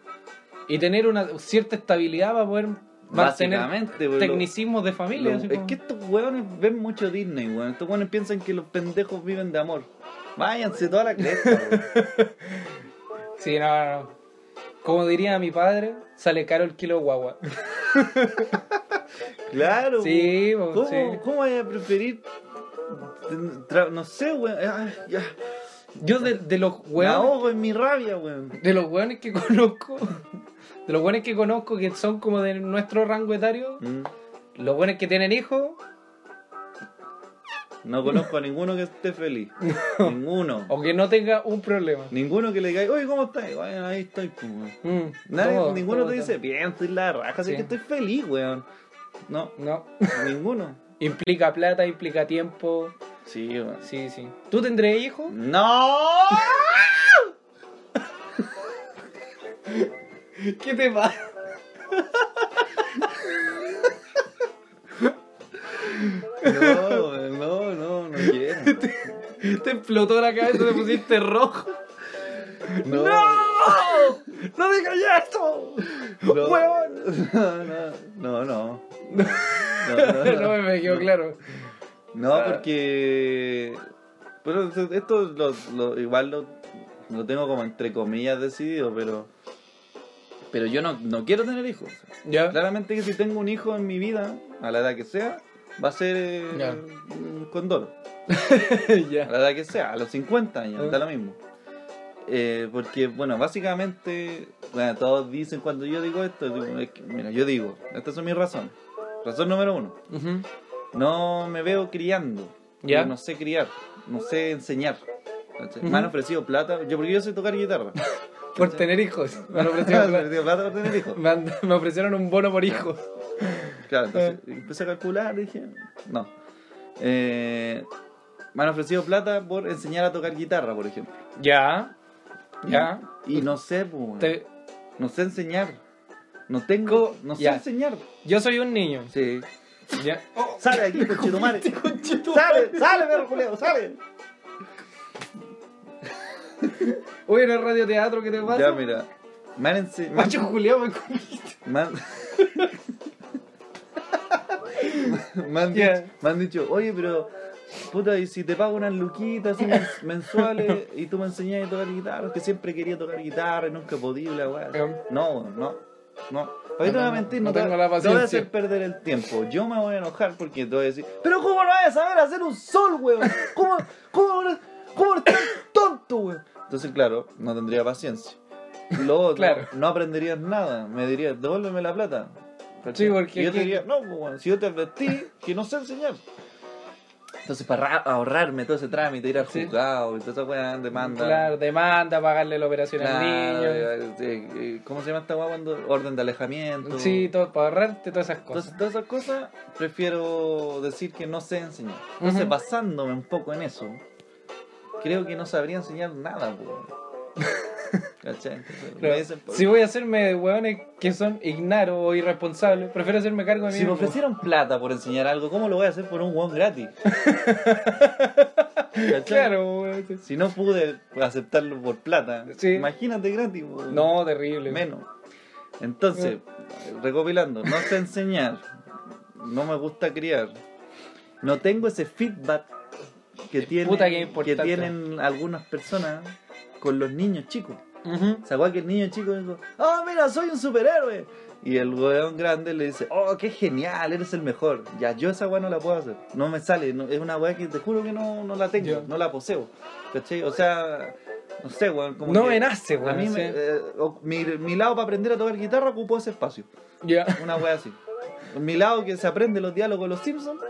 Speaker 1: y tener una cierta estabilidad para poder mantener
Speaker 2: Básicamente, weón, lo-
Speaker 1: tecnicismos de familia.
Speaker 2: Lo-
Speaker 1: así
Speaker 2: es
Speaker 1: como-
Speaker 2: que estos hueones ven mucho Disney, weón. Estos hueones piensan que los pendejos viven de amor. Váyanse toda la cresta, weón.
Speaker 1: Sí, no, no, no. Como diría mi padre, sale caro el kilo de guagua.
Speaker 2: Claro, weón.
Speaker 1: Sí, po,
Speaker 2: ¿Cómo,
Speaker 1: sí.
Speaker 2: ¿Cómo vaya a preferir? tra- No sé, weón. Ah, ya.
Speaker 1: Yo de, de los
Speaker 2: Me
Speaker 1: hueones,
Speaker 2: ahogo en mi rabia, weón.
Speaker 1: de los hueones que conozco, de los hueones que conozco que son como de nuestro rango etario,
Speaker 2: Mm.
Speaker 1: los hueones que tienen hijos,
Speaker 2: No conozco a ninguno que esté feliz. Ninguno.
Speaker 1: o que no tenga un problema.
Speaker 2: Ninguno que le diga, oye, ¿cómo estás? Bueno, ahí estoy, pues, weón.
Speaker 1: Mm,
Speaker 2: Nadie-
Speaker 1: todo,
Speaker 2: ninguno
Speaker 1: todo,
Speaker 2: te dice, bien, estoy la raja, así
Speaker 1: Sí.
Speaker 2: que estoy feliz, weón. No,
Speaker 1: todo. No.
Speaker 2: ninguno.
Speaker 1: Implica plata, implica tiempo.
Speaker 2: Sí, weón.
Speaker 1: Sí, sí. ¿Tú tendré hijos?
Speaker 2: ¡No!
Speaker 1: ¿Qué te pasa?
Speaker 2: No, no, no, no quiero.
Speaker 1: Te explotó la cabeza, te pusiste rojo.
Speaker 2: No.
Speaker 1: ¡No! ¡No digas esto!
Speaker 2: No.
Speaker 1: ¡Huevón!
Speaker 2: No, no, no. No, no, no,
Speaker 1: No me quedó claro.
Speaker 2: No, porque. Pero esto lo, lo- igual lo, lo tengo como entre comillas decidido, pero. Pero yo no, no quiero tener hijos.
Speaker 1: ¿Ya?
Speaker 2: Claramente que si tengo un hijo en mi vida, a la edad que sea, va a ser eh,
Speaker 1: Ya.
Speaker 2: un condor. A
Speaker 1: ya.
Speaker 2: la edad que sea, a los 50 años,
Speaker 1: Ah.
Speaker 2: da lo mismo. Eh, porque, bueno, básicamente, bueno, todos dicen cuando yo digo esto, es que, mira, yo digo, estas son mis razones. Razón número uno,
Speaker 1: Ujú.
Speaker 2: no me veo criando.
Speaker 1: Ya.
Speaker 2: Yo No sé criar, no sé enseñar. ¿cachai?
Speaker 1: Ujú.
Speaker 2: Me han ofrecido plata, yo porque yo sé tocar guitarra.
Speaker 1: Por tener hijos. Me, han
Speaker 2: me han
Speaker 1: ofrecido-
Speaker 2: ofrecido plata por tener hijos.
Speaker 1: me han- me ofrecieron un bono por hijos.
Speaker 2: Claro, entonces empecé a calcular, dije, no. Eh, me han ofrecido plata por enseñar a tocar guitarra, por ejemplo.
Speaker 1: Ya. Ya.
Speaker 2: Y no sé, pues, weón.
Speaker 1: Te-
Speaker 2: no sé enseñar. No tengo, no sé
Speaker 1: Ya.
Speaker 2: enseñar.
Speaker 1: Yo soy un niño.
Speaker 2: Sí.
Speaker 1: Ya.
Speaker 2: Sale de aquí, conchetumare.
Speaker 1: Conchetumare.
Speaker 2: Sale, sale, perro culeo, sale.
Speaker 1: Oye, en el radioteatro, ¿qué te
Speaker 2: Ya,
Speaker 1: pasa?
Speaker 2: mira. Me han ense- me han-
Speaker 1: Macho Julián me comiste.
Speaker 2: Me han, me han
Speaker 1: Ya.
Speaker 2: dicho, me han dicho, oye, pero puta, y si te pago unas luquitas así mens- mensuales y tú me enseñas a tocar guitarra, que siempre quería tocar guitarra y nunca podía, la weá.
Speaker 1: Ya.
Speaker 2: No, no, no. Ahorita
Speaker 1: No
Speaker 2: no, voy a
Speaker 1: tengo-
Speaker 2: mentir,
Speaker 1: no
Speaker 2: no, te-
Speaker 1: tengo la
Speaker 2: te voy a
Speaker 1: paciencia.
Speaker 2: hacer perder el tiempo. Yo me voy a enojar porque te voy a decir, pero ¿cómo no vas a saber hacer un sol, weón? ¿Cómo, cómo, eres- cómo eres tan tonto, weón? Entonces, claro, no tendría paciencia. Y lo otro,
Speaker 1: Claro.
Speaker 2: no aprenderías nada. Me dirías, devuélveme la plata. ¿Cachai?
Speaker 1: Sí, porque
Speaker 2: Y yo te
Speaker 1: aquí-
Speaker 2: diría, no, pues, weón, si yo te advertí que no sé enseñar. Entonces, para ra- ahorrarme todo ese trámite, ir al
Speaker 1: Sí.
Speaker 2: juzgado y toda esa weá, demanda.
Speaker 1: Claro, demanda, pagarle la operación
Speaker 2: Claro,
Speaker 1: al
Speaker 2: eh, eh, eh, ¿Cómo se llama esta weá cuando orden de alejamiento?
Speaker 1: niño. Sí, todo, para ahorrarte todas esas cosas.
Speaker 2: Entonces, todas esas cosas prefiero decir que no sé enseñar. Entonces,
Speaker 1: Ujú.
Speaker 2: basándome un poco en eso, creo que no sabría enseñar nada, po. ¿Cachai? Entonces, me
Speaker 1: Claro.
Speaker 2: dicen, po,
Speaker 1: Si voy a hacerme de hueones que son ignaros o irresponsables, prefiero hacerme cargo de mí.
Speaker 2: si me
Speaker 1: mismo.
Speaker 2: ofrecieron plata por enseñar algo, ¿cómo lo voy a hacer por un hueón gratis? ¿Cachai?
Speaker 1: Claro, hueón.
Speaker 2: Si no pude aceptarlo por plata,
Speaker 1: Sí.
Speaker 2: imagínate gratis, po.
Speaker 1: No, terrible.
Speaker 2: menos. Entonces, recopilando, no sé enseñar, no me gusta criar, no tengo ese feedback que, tienen,
Speaker 1: puta que
Speaker 2: que
Speaker 1: importante.
Speaker 2: tienen algunas personas con los niños chicos.
Speaker 1: Ujú.
Speaker 2: Sacó que el niño chico dijo, oh, mira, soy un superhéroe. Y el weón grande le dice, oh, qué genial, eres el mejor. Ya, yo esa weá no la puedo hacer. No me sale. no- es una weá que te juro que no, no la tengo,
Speaker 1: Ya.
Speaker 2: no la poseo. ¿Cachai? O sea, no sé, weón. Como
Speaker 1: No
Speaker 2: que-
Speaker 1: me nace,
Speaker 2: a
Speaker 1: hueón,
Speaker 2: mí,
Speaker 1: sí.
Speaker 2: me- eh, o- mi, mi lado para aprender a tocar guitarra ocupó ese espacio.
Speaker 1: Ya.
Speaker 2: Una wea así. Mi lado que se aprende los diálogos de los Simpsons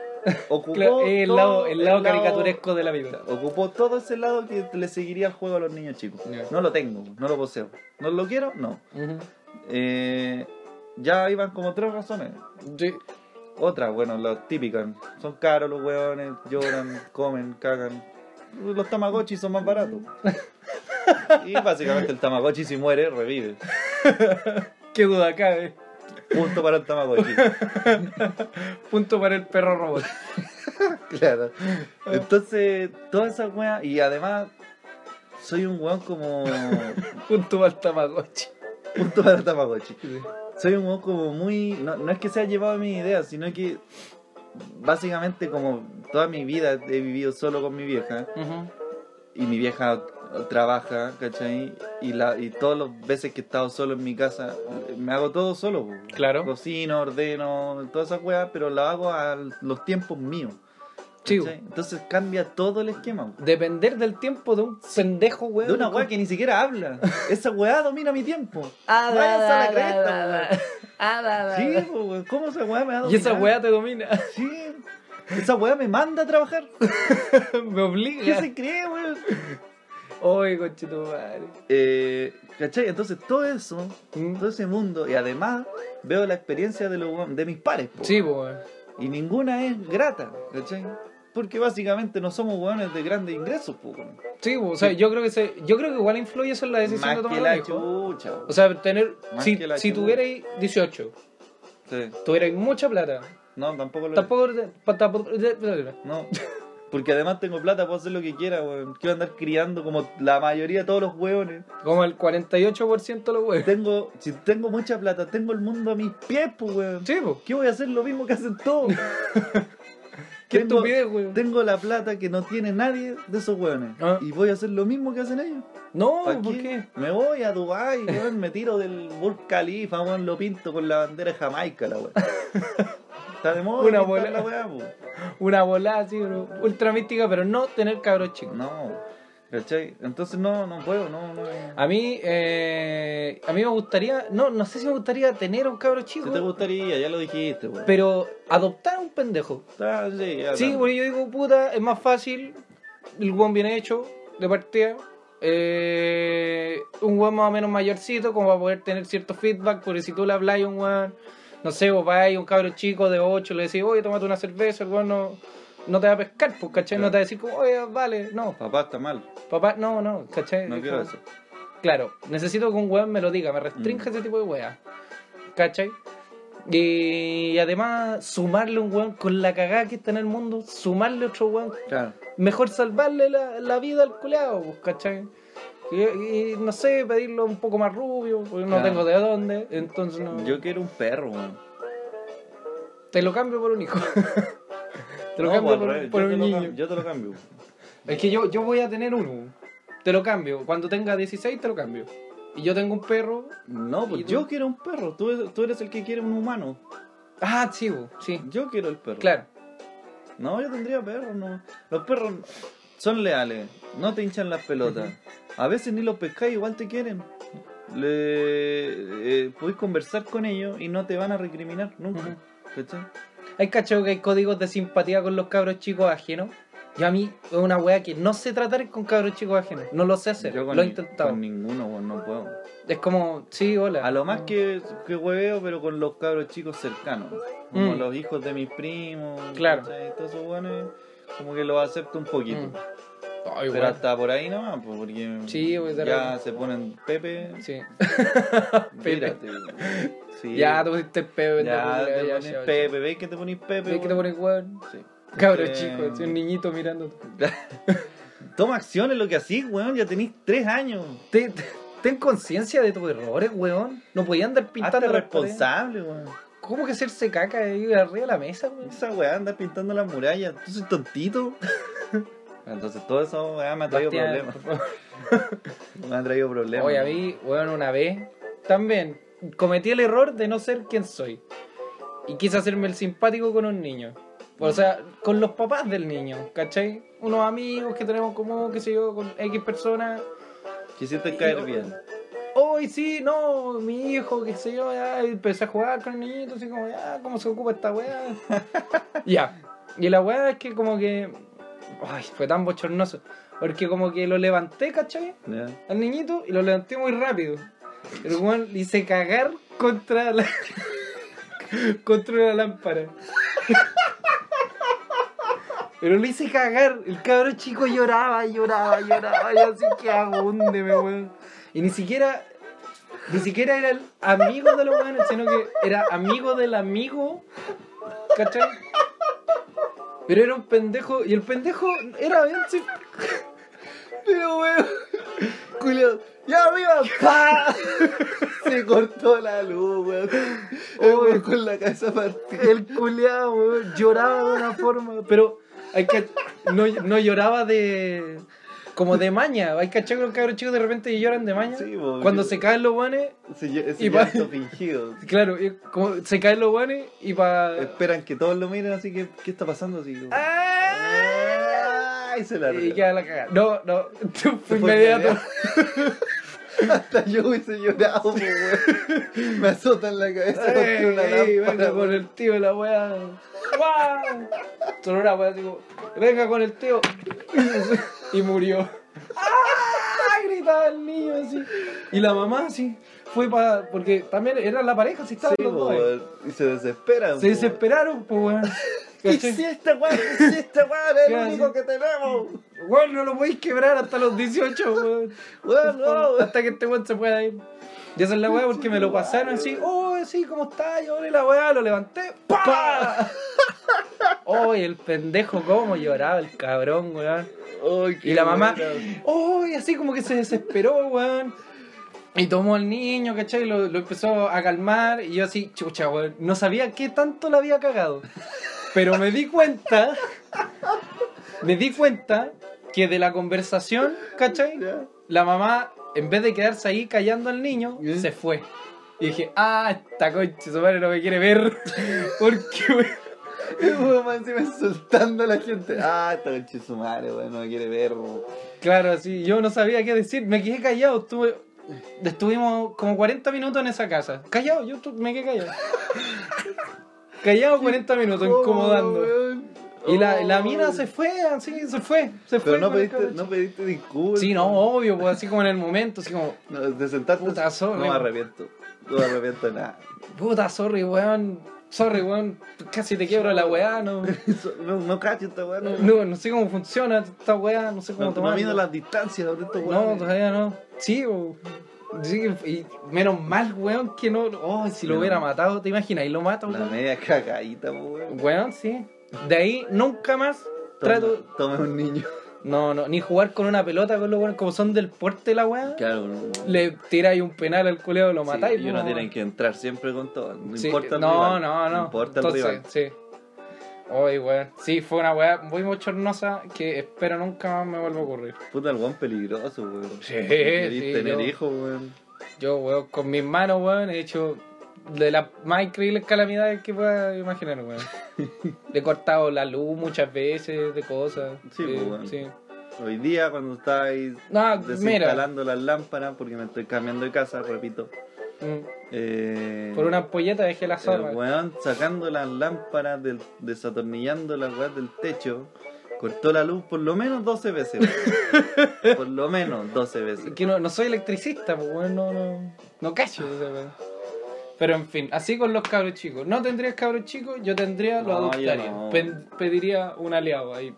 Speaker 2: ocupó.
Speaker 1: Claro, es el
Speaker 2: todo
Speaker 1: lado, el lado
Speaker 2: el lado-
Speaker 1: caricaturesco de la vida.
Speaker 2: Ocupó todo ese lado que le seguiría el juego a los niños chicos.
Speaker 1: Ya.
Speaker 2: No lo tengo, no lo poseo. ¿No lo quiero? No.
Speaker 1: Ujú.
Speaker 2: Eh, ya iban como tres razones.
Speaker 1: Sí.
Speaker 2: Otra, bueno, las típicas. Son caros los hueones, lloran, comen, cagan. Los tamagotchi son más baratos. Y básicamente el tamagotchi si muere, revive.
Speaker 1: Qué duda eh. cabe.
Speaker 2: Punto para el Tamagotchi.
Speaker 1: Punto para el perro robot.
Speaker 2: claro.
Speaker 1: Ah.
Speaker 2: Entonces, todas esas weas. Y además, soy un weón como.
Speaker 1: Punto para el tamagotchi.
Speaker 2: Punto para el Tamagotchi. Soy un weón como muy. No, no es que sea llevado a mis ideas, sino que. Básicamente, como toda mi vida he vivido solo con mi vieja.
Speaker 1: Ujú.
Speaker 2: y mi vieja trabaja, ¿cachai? Y, la, y todas las veces que he estado solo en mi casa, me hago todo solo. po.
Speaker 1: Claro.
Speaker 2: Cocino, ordeno, todas esas weas, pero la hago a los tiempos míos.
Speaker 1: Sí,
Speaker 2: ¿cachai? Entonces cambia todo el esquema. po.
Speaker 1: Depender del tiempo de un pendejo, weón.
Speaker 2: De una wea que ni siquiera habla. Esa wea domina mi tiempo.
Speaker 1: Ah,
Speaker 2: Váyanse a la cresta, weón. Sí, po, weón. ¿cómo esa wea me ha dominado?
Speaker 1: Y esa weá te domina.
Speaker 2: Sí. Esa wea me manda a trabajar.
Speaker 1: Me
Speaker 2: ¿Qué
Speaker 1: obliga.
Speaker 2: se cree, weón?
Speaker 1: Oye, conchito madre.
Speaker 2: Eh, ¿Cachai? Entonces todo eso todo ese mundo y además veo la experiencia de, los, de mis pares po.
Speaker 1: Sí, po, weón.
Speaker 2: y ninguna es grata ¿cachai? porque básicamente no somos hueones de grandes ingresos po, weón.
Speaker 1: Sí, po, o sea,
Speaker 2: Sí.
Speaker 1: yo creo que se, yo creo que igual influye eso en la decisión de
Speaker 2: más que
Speaker 1: tomar
Speaker 2: la
Speaker 1: un hijo.
Speaker 2: chucha po.
Speaker 1: O sea, tener
Speaker 2: Más
Speaker 1: si,
Speaker 2: que la
Speaker 1: si
Speaker 2: chucha.
Speaker 1: tuvierais 18,
Speaker 2: Sí.
Speaker 1: tuvierais mucha plata,
Speaker 2: no tampoco lo
Speaker 1: tampoco, tampoco-
Speaker 2: no Porque además tengo plata, puedo hacer lo que quiera, weón. Quiero andar criando como la mayoría de todos los weones.
Speaker 1: Como el 48% de los huevos.
Speaker 2: Tengo, si tengo mucha plata, tengo el mundo a mis pies, pues, weón.
Speaker 1: Sí, po.
Speaker 2: ¿Qué voy a hacer lo mismo que hacen todos?
Speaker 1: Qué
Speaker 2: Tengo-
Speaker 1: estupidez, weón.
Speaker 2: Tengo la plata que no tiene nadie de esos weones.
Speaker 1: Ah.
Speaker 2: Y voy a hacer lo mismo que hacen ellos.
Speaker 1: No,
Speaker 2: ¿Pa'
Speaker 1: ¿por qué?
Speaker 2: Me voy a Dubai, weón, me tiro del Burj Khalifa, weón, lo pinto con la bandera de Jamaica, la weón. Está de moda
Speaker 1: Una
Speaker 2: pintar
Speaker 1: bola.
Speaker 2: la weá, pues. po.
Speaker 1: Una volada así, bro. Ultra mística, pero no tener cabros chicos.
Speaker 2: No, ¿cachai? Entonces no, no puedo, no, no.
Speaker 1: A mí, eh, a mí me gustaría, no, no sé si me gustaría tener un cabro
Speaker 2: Si te
Speaker 1: chico,
Speaker 2: gustaría, ya lo dijiste, weón.
Speaker 1: pero adoptar a un pendejo.
Speaker 2: Ah, sí, ya,
Speaker 1: Sí,
Speaker 2: dale.
Speaker 1: porque yo digo, puta, es más fácil, el guan bien hecho, de partida. eh, un guan más o menos mayorcito, como para poder tener cierto feedback, porque si tú le hablas a un guan, no sé, vos vas a un cabro chico de 8, le decís, oye, tómate una cerveza, el guan no, no te va a pescar, pues, ¿cachai? No
Speaker 2: Claro.
Speaker 1: te va a decir, como, oye, vale, no,
Speaker 2: Papá está mal,
Speaker 1: papá, no, no, ¿cachai?
Speaker 2: no
Speaker 1: Es
Speaker 2: quiero
Speaker 1: como-
Speaker 2: eso.
Speaker 1: Claro, necesito que un weón me lo diga, me restrinja
Speaker 2: Mm.
Speaker 1: ese tipo de weá. ¿Cachai? Y además, sumarle un weón con la cagada que está en el mundo, sumarle otro weón,
Speaker 2: Claro.
Speaker 1: mejor salvarle la, la vida al culeado, pues, ¿cachai? Y, y no sé, pedirlo un poco más rubio, porque no
Speaker 2: Claro.
Speaker 1: tengo de dónde, entonces no.
Speaker 2: Yo quiero un perro, weón.
Speaker 1: Te lo cambio por un hijo. te lo
Speaker 2: No, pues,
Speaker 1: cambio
Speaker 2: al
Speaker 1: por,
Speaker 2: revés,
Speaker 1: por
Speaker 2: yo te
Speaker 1: un
Speaker 2: lo
Speaker 1: niño.
Speaker 2: cam- Yo te lo cambio.
Speaker 1: Es que yo, yo voy a tener uno. Te lo cambio. Cuando tenga 16, te lo cambio. Y yo tengo un perro.
Speaker 2: No, pues
Speaker 1: ¿Y tú?
Speaker 2: yo quiero un perro. Tú, tú eres el que quiere un humano.
Speaker 1: Ah, chivo, sí.
Speaker 2: Yo quiero el perro.
Speaker 1: Claro.
Speaker 2: No, yo tendría perros, no. Los perros son leales, no te hinchan las pelotas. A veces ni los pescáis, igual te quieren. Le, eh, podéis conversar con ellos y no te van a recriminar nunca.
Speaker 1: Ujú.
Speaker 2: ¿Cachai?
Speaker 1: ¿Hay cachado que hay códigos de simpatía con los cabros chicos ajenos? Yo a mí es una wea que no sé tratar con cabros chicos ajenos. No lo sé hacer.
Speaker 2: Yo con,
Speaker 1: Lo he
Speaker 2: ni-
Speaker 1: intentado.
Speaker 2: con ninguno, weón, no puedo.
Speaker 1: Es como, sí, hola.
Speaker 2: A lo más que, que hueveo, pero con los cabros chicos cercanos. Como
Speaker 1: Mm.
Speaker 2: los hijos de mis primos.
Speaker 1: Claro.
Speaker 2: ¿cachai? Todos esos buenos, como que los acepto un poquito.
Speaker 1: Mm.
Speaker 2: Pero hasta por ahí nomás, pues, porque
Speaker 1: Sí, pues, de
Speaker 2: ya
Speaker 1: repente.
Speaker 2: se ponen Pepe.
Speaker 1: Sí.
Speaker 2: Pepe. Sí.
Speaker 1: Ya te pusiste pepe.
Speaker 2: Ya te
Speaker 1: ya,
Speaker 2: pones
Speaker 1: ya, ya.
Speaker 2: Pepe, ¿veis que te pones Pepe?
Speaker 1: ¿Ves que te
Speaker 2: weón?
Speaker 1: pones weón?
Speaker 2: Sí.
Speaker 1: Cabros
Speaker 2: Eh,
Speaker 1: chicos, sí, un niñito mirando.
Speaker 2: Toma acciones lo que así, weón, ya tenéis tres años.
Speaker 1: Ten, ten conciencia de tus errores, weón. No podías andar
Speaker 2: Hazte
Speaker 1: pintando las paredes.
Speaker 2: responsable, weón.
Speaker 1: ¿Cómo que hacerse caca ahí arriba de la mesa, weón?
Speaker 2: Esa weá anda pintando las murallas. Tú soy tontito. Entonces todo eso weá me ha traído
Speaker 1: Bastián,
Speaker 2: problemas.
Speaker 1: por favor.
Speaker 2: Me ha traído problemas.
Speaker 1: Oye, a mí, weón, una vez también cometí el error de no ser quien soy. Y quise hacerme el simpático con un niño. O sea, con los papás del niño, ¿cachai? Unos amigos que tenemos como, qué sé yo, con X personas.
Speaker 2: Quisiste caer bien.
Speaker 1: Hoy sí, no, mi hijo, qué sé yo, ya empecé a jugar con el niñito, así como, ya, ¿cómo se ocupa esta weá? ya. Y la weá es que como que. Ay, fue tan bochornoso. Porque como que lo levanté, ¿cachai?
Speaker 2: Ya.
Speaker 1: al niñito y lo levanté muy rápido. El weón le hice cagar contra la. contra una lámpara. Pero lo hice cagar. El cabrón chico lloraba, lloraba, lloraba. Yo así que agúndeme, weón. Y ni siquiera. Ni siquiera era el amigo de los weones, sino que era amigo del amigo. ¿Cachai? Pero era un pendejo. Y el pendejo era bien sim-
Speaker 2: Pero weón. Culo. Ya arriba. ¡Pa! Se cortó la luz, weón. El Oh, weón con la cabeza partida.
Speaker 1: El culeado, weón, lloraba de una forma, pero hay que no, no lloraba de como de maña, hay que los cabros chicos de repente lloran de maña.
Speaker 2: Sí, bo,
Speaker 1: Cuando
Speaker 2: yo-
Speaker 1: se caen los guanes,
Speaker 2: Sí, yo- ese
Speaker 1: Y va-
Speaker 2: llanto fingido.
Speaker 1: claro, y como se caen los guanes y para
Speaker 2: Esperan que todos lo miren, así que ¿qué está pasando? Así que. Ay, Ah, se la
Speaker 1: ¡Ah! y queda la cagada. No, no, fue
Speaker 2: Fue
Speaker 1: inmediato.
Speaker 2: Hasta yo hubiese llorado, po, weón. Me azotan la cabeza contra una
Speaker 1: Ey,
Speaker 2: lámpara.
Speaker 1: venga con
Speaker 2: weón.
Speaker 1: el tío y la weá. ¡Guau! Solo una weá, digo, venga con el tío. Y murió. ¡Ah! Gritaba el niño así. Y la mamá así. Fue para. Porque también era la pareja, si estaban
Speaker 2: Sí,
Speaker 1: los
Speaker 2: po,
Speaker 1: dos. eh.
Speaker 2: weón. Y se desesperan.
Speaker 1: Se
Speaker 2: po,
Speaker 1: desesperaron, pues weón.
Speaker 2: weón.
Speaker 1: ¿Cachai?
Speaker 2: Hiciste, weón, hiciste, weón, este es el
Speaker 1: Claro,
Speaker 2: único
Speaker 1: sí.
Speaker 2: que tenemos.
Speaker 1: Weón, no lo podéis quebrar hasta los 18, weón.
Speaker 2: Weón, no, weón.
Speaker 1: Hasta que este weón se pueda ir. Y esa es la weá porque me lo pasaron así, oh, sí, ¿cómo está? Yo le la weá, lo levanté, ¡pa! ¡Oy, el pendejo cómo lloraba el cabrón, weón! Y la mamá, ¡Uy! así como que se desesperó, weón. Y tomó al niño, ¿cachai? Lo, lo empezó a calmar. Y yo así, chucha, weón. No sabía qué tanto la había cagado. Pero me di cuenta. Me di cuenta que de la conversación, ¿cachai?
Speaker 2: Ya.
Speaker 1: La mamá, en vez de quedarse ahí callando al niño,
Speaker 2: ¿Eh?
Speaker 1: se fue. Y dije, ah, esta concha, su madre no me quiere ver. Porque, weón.
Speaker 2: Y mi mamá encima insultando a la gente. Ah, esta conche su madre, weón, no me quiere ver. weón.
Speaker 1: Claro, sí, yo no sabía qué decir, me quedé callado, estuve- estuvimos como 40 minutos en esa casa. Callado, yo tu- me quedé callado. callado 40 minutos, incomodando.
Speaker 2: weón.
Speaker 1: Y la, la
Speaker 2: Oh.
Speaker 1: mina se fue, así, se fue, se
Speaker 2: Pero
Speaker 1: fue.
Speaker 2: no
Speaker 1: con el
Speaker 2: pediste,
Speaker 1: cabrón.
Speaker 2: no pediste disculpas.
Speaker 1: Sí, no, obvio, pues así como en el momento, así como,
Speaker 2: No, te sentaste.
Speaker 1: Puta, sorry.
Speaker 2: no me arrepiento. No me arrepiento de nada.
Speaker 1: puta, sorry, weón, sorry, weón, casi te quiebro la weá, no,
Speaker 2: Eso- No, no cacho esta weá. No, no,
Speaker 1: no, no sé cómo funciona esta weá, no sé cómo
Speaker 2: no,
Speaker 1: tomarla.
Speaker 2: mido las distancias de estos
Speaker 1: No,
Speaker 2: weones.
Speaker 1: todavía no. Sí, o- sí, y menos mal, weón, que no. Oh, si lo
Speaker 2: Menos
Speaker 1: hubiera
Speaker 2: mal.
Speaker 1: matado, ¿te imaginas? Y lo mata,
Speaker 2: La
Speaker 1: weón.
Speaker 2: media cagadita, po, weón.
Speaker 1: Weón, sí. De ahí nunca más trato.
Speaker 2: Toma- Tome un niño.
Speaker 1: No, no, ni jugar con una pelota con los weones como son del porte la weá.
Speaker 2: Claro, no.
Speaker 1: Le tiráis un penal al culeo, lo matáis.
Speaker 2: y
Speaker 1: po,
Speaker 2: uno
Speaker 1: weón.
Speaker 2: tiene que entrar siempre con todo. No
Speaker 1: Sí,
Speaker 2: importa el
Speaker 1: no,
Speaker 2: rival.
Speaker 1: no, no.
Speaker 2: No importa
Speaker 1: Entonces,
Speaker 2: el rival.
Speaker 1: sí. Oye, weón. Sí, fue una weá muy mochornosa que espero nunca más me vuelva a ocurrir.
Speaker 2: Puta, el weón peligroso, weón.
Speaker 1: Sí,
Speaker 2: Querís
Speaker 1: sí,
Speaker 2: tener
Speaker 1: yo-
Speaker 2: hijos, weón.
Speaker 1: Yo, weón, con mis manos, weón, he hecho de las más increíbles calamidades que pueda imaginar, weón. Le he cortado la luz muchas veces de cosas.
Speaker 2: Sí,
Speaker 1: eh,
Speaker 2: pues, weón.
Speaker 1: sí.
Speaker 2: Hoy día, cuando estáis
Speaker 1: No, mira,
Speaker 2: desinstalando las lámparas, porque me estoy cambiando de casa, repito.
Speaker 1: mm,
Speaker 2: eh,
Speaker 1: por una ampolleta dejé la
Speaker 2: El
Speaker 1: zorra.
Speaker 2: weón sacando las lámparas, del, desatornillando las weas del techo, cortó la luz por lo menos 12 veces. weón. por lo menos 12 veces.
Speaker 1: Que no, no soy electricista, pues, weón, no, no, no cacho esa weón. Pero en fin, así con los cabros chicos. No tendrías cabros chicos, yo tendría, lo
Speaker 2: No, yo
Speaker 1: adoptaría.
Speaker 2: no.
Speaker 1: Pen- pediría un aliado ahí.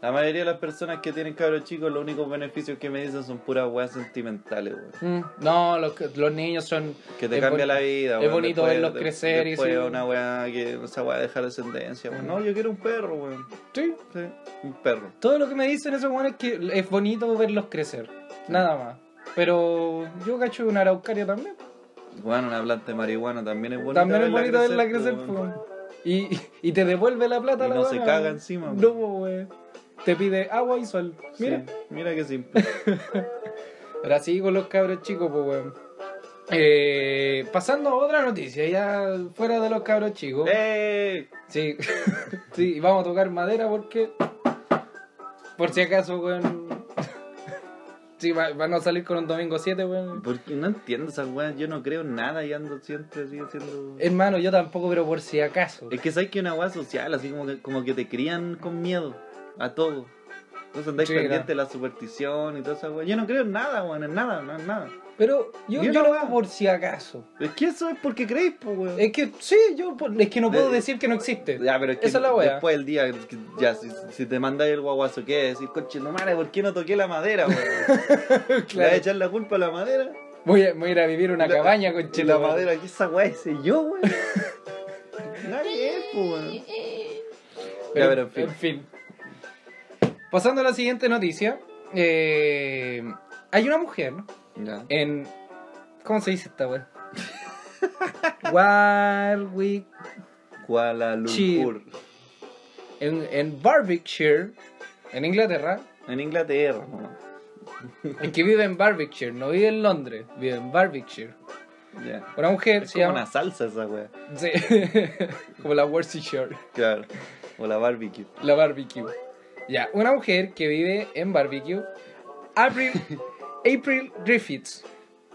Speaker 2: La mayoría de las personas que tienen cabros chicos, los únicos beneficios que me dicen son puras weas sentimentales, weón.
Speaker 1: Mm, No, los, los niños son.
Speaker 2: Que te
Speaker 1: es
Speaker 2: cambia
Speaker 1: boni-
Speaker 2: la vida,
Speaker 1: es
Speaker 2: weón.
Speaker 1: bonito verlos crecer y
Speaker 2: después
Speaker 1: sí.
Speaker 2: una wea que esa wea dejar descendencia, weón. No, yo quiero un perro, weón.
Speaker 1: Sí,
Speaker 2: Sí, un perro.
Speaker 1: Todo lo que me dicen esos buenos es que es bonito verlos crecer. Nada más. Pero yo cacho una araucaria también.
Speaker 2: Bueno, una planta de marihuana también es bonita.
Speaker 1: también es bonito verla crecer,
Speaker 2: pues, weón.
Speaker 1: po. Y, y te devuelve la plata
Speaker 2: Y
Speaker 1: la
Speaker 2: no se
Speaker 1: buena,
Speaker 2: caga
Speaker 1: weón.
Speaker 2: encima,
Speaker 1: No, pues, weón. Te pide agua y sol. Mira.
Speaker 2: Sí, mira que simple.
Speaker 1: Pero así con los cabros chicos, pues, weón. Eh, pasando a otra noticia, ya fuera de los cabros chicos.
Speaker 2: ¡Eh!
Speaker 1: Sí. sí, y vamos a tocar madera porque. Por si acaso, weón. Sí, va- van a salir con un domingo 7, weón.
Speaker 2: Porque no entiendo esas weas, yo no creo en nada y ando siempre así haciendo.
Speaker 1: Hermano, yo tampoco, pero por si acaso.
Speaker 2: Es que sabes que es una wea social, así como que, como que te crían con miedo a todo. Entonces andáis
Speaker 1: Sí,
Speaker 2: pendiente
Speaker 1: claro.
Speaker 2: de la superstición y toda esa wea. Yo no creo en nada, weón, en nada, no en nada.
Speaker 1: Pero yo,
Speaker 2: Ni
Speaker 1: yo
Speaker 2: una
Speaker 1: lo
Speaker 2: weá.
Speaker 1: hago por si acaso.
Speaker 2: Es que eso es porque creéis, pues, weón.
Speaker 1: Es que, sí, yo por- es que no puedo
Speaker 2: Eh,
Speaker 1: decir que no existe.
Speaker 2: Ya, pero es que
Speaker 1: Esa es la wea.
Speaker 2: después del día, que ya, si, si te mandáis el guaguazo, ¿qué? Decir, coche, no mames, ¿por qué no toqué la madera, weón? ¿Le vas a
Speaker 1: Claro.
Speaker 2: echar la culpa a la madera?
Speaker 1: Voy a, voy a ir a vivir una
Speaker 2: La-
Speaker 1: cabaña con
Speaker 2: Y
Speaker 1: chile.
Speaker 2: la madera, ¿qué esa weá hice yo, weón? Nadie es, pues, weón.
Speaker 1: Pero,
Speaker 2: Ya, pero
Speaker 1: en,
Speaker 2: en
Speaker 1: fin. Eh,
Speaker 2: fin.
Speaker 1: Pasando a la siguiente noticia. eh, hay una mujer
Speaker 2: Ya.
Speaker 1: en. ¿Cómo se dice esta weá? Warwick.
Speaker 2: Kuala Lumpur.
Speaker 1: En, en Warwickshire, en Inglaterra.
Speaker 2: En Inglaterra, mamá.
Speaker 1: En que vive en Warwickshire, no vive en Londres, vive en Warwickshire.
Speaker 2: Ya.
Speaker 1: Una mujer
Speaker 2: Es
Speaker 1: se
Speaker 2: como
Speaker 1: llama.
Speaker 2: una salsa esa wea.
Speaker 1: Sí. como la Worcestershire,
Speaker 2: Claro. O la barbecue.
Speaker 1: la barbecue. Ya, una mujer que vive en barbecue, April, April Griffiths,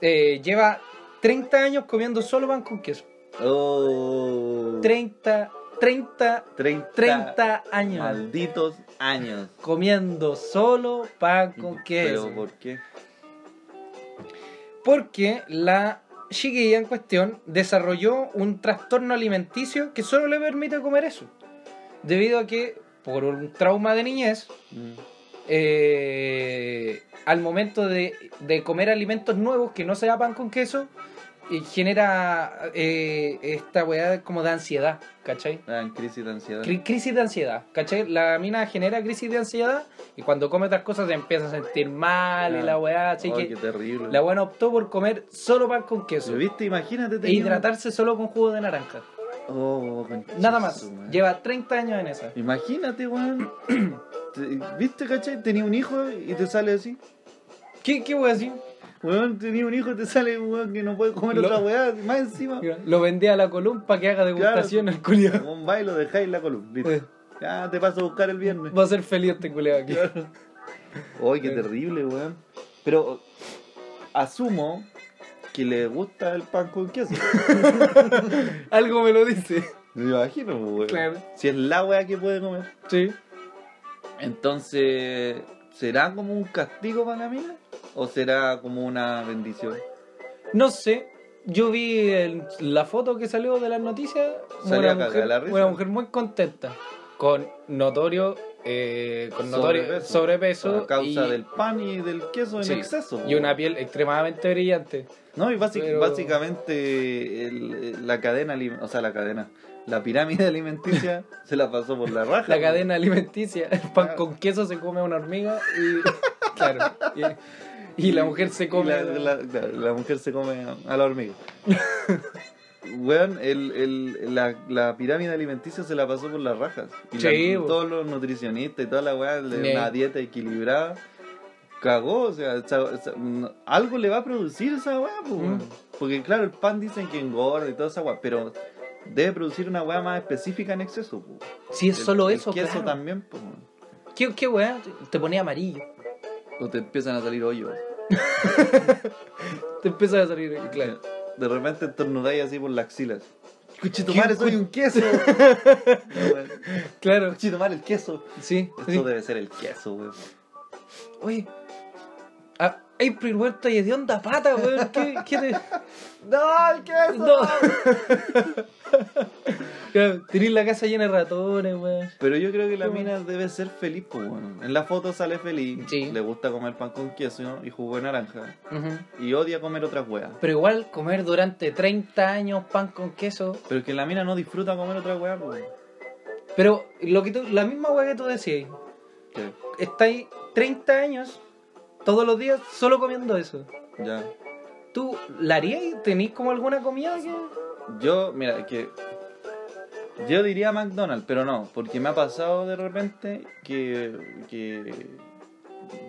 Speaker 1: eh, lleva 30 años comiendo solo pan con queso.
Speaker 2: Oh.
Speaker 1: 30, 30,
Speaker 2: 30,
Speaker 1: 30 años
Speaker 2: malditos años.
Speaker 1: comiendo solo pan con queso.
Speaker 2: Pero ¿por qué?
Speaker 1: Porque la chiquilla en cuestión desarrolló un trastorno alimenticio que solo le permite comer eso. Debido a que, por un trauma de niñez,
Speaker 2: Mm.
Speaker 1: eh, al momento de, de comer alimentos nuevos que no sea pan con queso, y genera eh, esta weá como de ansiedad, ¿cachai?
Speaker 2: Ah, en crisis de ansiedad.
Speaker 1: Cri- crisis de ansiedad, ¿cachai? La mina genera crisis de ansiedad y cuando come otras cosas se empieza a sentir mal y
Speaker 2: Ah.
Speaker 1: la weá, así
Speaker 2: Oh,
Speaker 1: que
Speaker 2: qué terrible.
Speaker 1: la weá optó por comer solo pan con queso
Speaker 2: ¿Lo viste? Imagínate.
Speaker 1: e
Speaker 2: tenía un-
Speaker 1: hidratarse solo con jugo de naranja.
Speaker 2: Oh, concha
Speaker 1: Nada
Speaker 2: de
Speaker 1: más,
Speaker 2: su madre.
Speaker 1: lleva 30 años en esa.
Speaker 2: Imagínate, weón. Te- ¿Viste, cachai? Tenía un hijo y te sale así.
Speaker 1: ¿Qué, qué weá así?
Speaker 2: Weón, tenía un hijo y te sale un weón que no puede comer
Speaker 1: Lo-
Speaker 2: otra weá. Más encima.
Speaker 1: Lo vendí a la columna para que haga degustación al culiado.
Speaker 2: Un baile lo dejáis en la columna.
Speaker 1: Eh.
Speaker 2: listo. Ya te paso a buscar el viernes.
Speaker 1: Va a ser feliz este culiado aquí.
Speaker 2: Uy, qué
Speaker 1: Eh.
Speaker 2: terrible, weón. Pero asumo que le gusta el pan con queso.
Speaker 1: Algo me lo dice.
Speaker 2: Me imagino, pues, weón.
Speaker 1: Claro.
Speaker 2: Si es la weá que puede comer.
Speaker 1: Sí.
Speaker 2: Entonces, ¿será como un castigo para la mina? ¿O será como una bendición?
Speaker 1: No sé, yo vi el- la foto que salió de las noticias.
Speaker 2: Salió
Speaker 1: una,
Speaker 2: a cagar
Speaker 1: mujer,
Speaker 2: la risa.
Speaker 1: una mujer muy contenta. Con notorio, eh, con notorio sobrepeso,
Speaker 2: a causa
Speaker 1: y,
Speaker 2: del pan y del queso en
Speaker 1: Sí.
Speaker 2: exceso.
Speaker 1: y una piel extremadamente brillante.
Speaker 2: No, y básic-
Speaker 1: Pero-
Speaker 2: básicamente el- la cadena, alim- o sea, la cadena, la pirámide alimenticia se la pasó por la raja.
Speaker 1: La cadena alimenticia, el pan
Speaker 2: Claro.
Speaker 1: con queso se come una hormiga y. claro. Y, y la mujer se come.
Speaker 2: Y La, la- claro, la mujer se come a- a la hormiga. Weón, el, el- la, la pirámide alimenticia se la pasó por las rajas. Y la-
Speaker 1: Sí, bo.
Speaker 2: todos los nutricionistas y toda la weá de
Speaker 1: Sí.
Speaker 2: una dieta equilibrada. Cagó, o sea, esa- esa- no- algo le va a producir esa weá, po, weón.
Speaker 1: Mm.
Speaker 2: Porque claro, el pan dicen que engorda y toda esa weá, pero debe producir una weá más específica en exceso, po.
Speaker 1: si es
Speaker 2: El-
Speaker 1: solo
Speaker 2: el
Speaker 1: eso,
Speaker 2: queso
Speaker 1: claro.
Speaker 2: también, po, weón.
Speaker 1: ¿Qué, qué weá? Te ponía amarillo.
Speaker 2: O te empiezan a salir hoyos.
Speaker 1: Te empieza a salir,
Speaker 2: Ah,
Speaker 1: claro.
Speaker 2: De repente estornudáis así por las axilas.
Speaker 1: Cuchito
Speaker 2: Cuchitumare, soy un queso.
Speaker 1: Claro,
Speaker 2: Cuchitumare, el queso.
Speaker 1: sí. sí.
Speaker 2: Esto debe ser el queso, weón.
Speaker 1: Oye, a April Huerta y de onda pata, weón. ¿Qué, qué te.?
Speaker 2: ¡No, el queso!
Speaker 1: No. Claro, Tenés la casa llena de ratones, weón.
Speaker 2: Pero yo creo que la
Speaker 1: Qué bueno.
Speaker 2: mina debe ser feliz, pues, weón. En la foto sale feliz.
Speaker 1: Sí.
Speaker 2: Le gusta comer pan con queso ¿no? y jugo de naranja. Y odia comer otras weas.
Speaker 1: Pero igual comer durante 30 años pan con queso.
Speaker 2: Pero es que la mina no disfruta comer otras weas, pues. weón.
Speaker 1: Pero lo que tú, la misma weá que tú decís,
Speaker 2: ¿Qué?
Speaker 1: estáis 30 años todos los días solo comiendo eso.
Speaker 2: Ya.
Speaker 1: ¿Tú la harías? y ¿Tenís como alguna comida que.?
Speaker 2: Yo, mira, es que. Yo diría McDonald's, pero no, porque me ha pasado de repente que. que.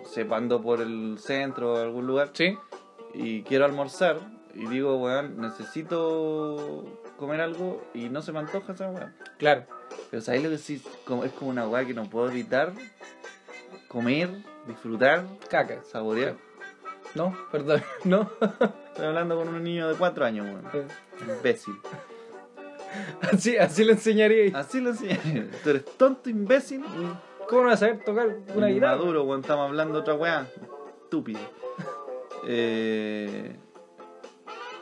Speaker 2: se pando por el centro o algún lugar
Speaker 1: Sí.
Speaker 2: y quiero almorzar y digo, weón, necesito comer algo y no se me antoja esa weón.
Speaker 1: Claro.
Speaker 2: Pero ¿sabéis lo que sí? Como- es como una weá que no puedo evitar comer, disfrutar,
Speaker 1: Caca.
Speaker 2: saborear.
Speaker 1: No, perdón. No.
Speaker 2: Estoy hablando con un niño de 4 años, weón. Imbécil.
Speaker 1: Así, así le enseñaría.
Speaker 2: Así lo enseñé. Tú eres tonto, imbécil.
Speaker 1: ¿Cómo no vas a saber tocar una guitarra?
Speaker 2: Maduro, weón, estamos hablando de otra weá. Estúpido. Eh,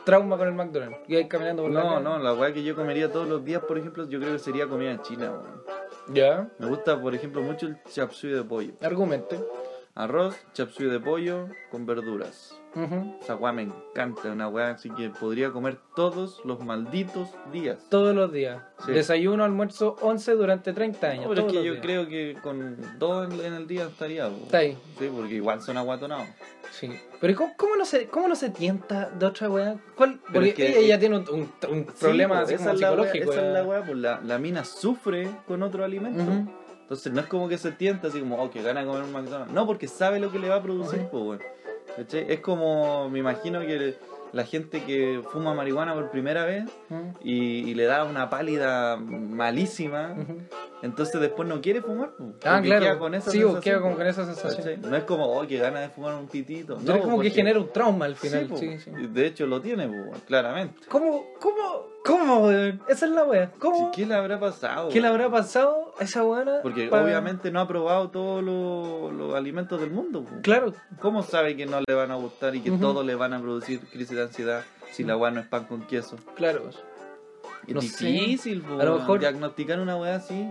Speaker 1: Trauma con el McDonald's. Y ahí caminando por la
Speaker 2: no,
Speaker 1: calle.
Speaker 2: no, la weá que yo comería todos los días, por ejemplo, yo creo que sería comida china, weón.
Speaker 1: Ya.
Speaker 2: Me gusta, por ejemplo, mucho el chapsui de pollo.
Speaker 1: Argumente.
Speaker 2: Arroz, chapsui de pollo con verduras.
Speaker 1: Ujú.
Speaker 2: Esa weá me encanta, una weá así que podría comer todos los malditos días.
Speaker 1: Todos los días.
Speaker 2: Sí.
Speaker 1: Desayuno, almuerzo, 11 durante 30 años.
Speaker 2: No, pero es
Speaker 1: todos
Speaker 2: que
Speaker 1: los
Speaker 2: yo
Speaker 1: días.
Speaker 2: creo que con dos en en el día estaría, weón.
Speaker 1: Está ahí.
Speaker 2: Sí, porque igual son aguatonados.
Speaker 1: Sí. Pero ¿y ¿cómo, cómo no se, ¿cómo no se tienta de otra weá? ¿Cuál?
Speaker 2: Pero
Speaker 1: Porque
Speaker 2: es que-
Speaker 1: ella ya tiene un, un- un problema así
Speaker 2: pues,
Speaker 1: como
Speaker 2: esa es la wea-
Speaker 1: psicológico.
Speaker 2: esa es
Speaker 1: ya.
Speaker 2: la wea, pues, la, la mina sufre con otro alimento.
Speaker 1: Ujú.
Speaker 2: Entonces no es como que se tienta así como, oh, que gana comer un McDonald's. No, porque sabe lo que le va a producir,
Speaker 1: Ujú.
Speaker 2: pues, weón. ¿Cachai? Es como, me imagino que la gente que fuma marihuana por primera vez
Speaker 1: Ujú.
Speaker 2: y, y le da una pálida malísima,
Speaker 1: Ujú.
Speaker 2: entonces después no quiere fumar, pues,
Speaker 1: Ah,
Speaker 2: porque
Speaker 1: claro.
Speaker 2: queda con esa
Speaker 1: sí,
Speaker 2: sensación,
Speaker 1: queda como
Speaker 2: pues,
Speaker 1: con esa sensación.
Speaker 2: ¿cachai? No es como, oh, que gana de fumar un pitito.
Speaker 1: Pero
Speaker 2: No,
Speaker 1: es como
Speaker 2: porque-
Speaker 1: que genera un trauma al
Speaker 2: Sí,
Speaker 1: final.
Speaker 2: pues,
Speaker 1: Sí, sí.
Speaker 2: De hecho lo tiene, pues, weón, claramente.
Speaker 1: ¿Cómo? ¿Cómo? ¿Cómo, weón? Esa es la weá. ¿Cómo?
Speaker 2: ¿Qué le habrá pasado?
Speaker 1: ¿Qué le
Speaker 2: weón?
Speaker 1: habrá pasado a esa buena?
Speaker 2: Porque obviamente no ha probado todos los, los alimentos del mundo. pues. po.
Speaker 1: Claro,
Speaker 2: ¿Cómo sabe que no le van a gustar y que
Speaker 1: Ujú.
Speaker 2: todos le van a producir crisis de ansiedad si la weá no es pan con queso?
Speaker 1: claro.
Speaker 2: Es
Speaker 1: No sé.
Speaker 2: difícil, po,
Speaker 1: A lo
Speaker 2: weón,
Speaker 1: mejor-
Speaker 2: diagnosticar una weá así.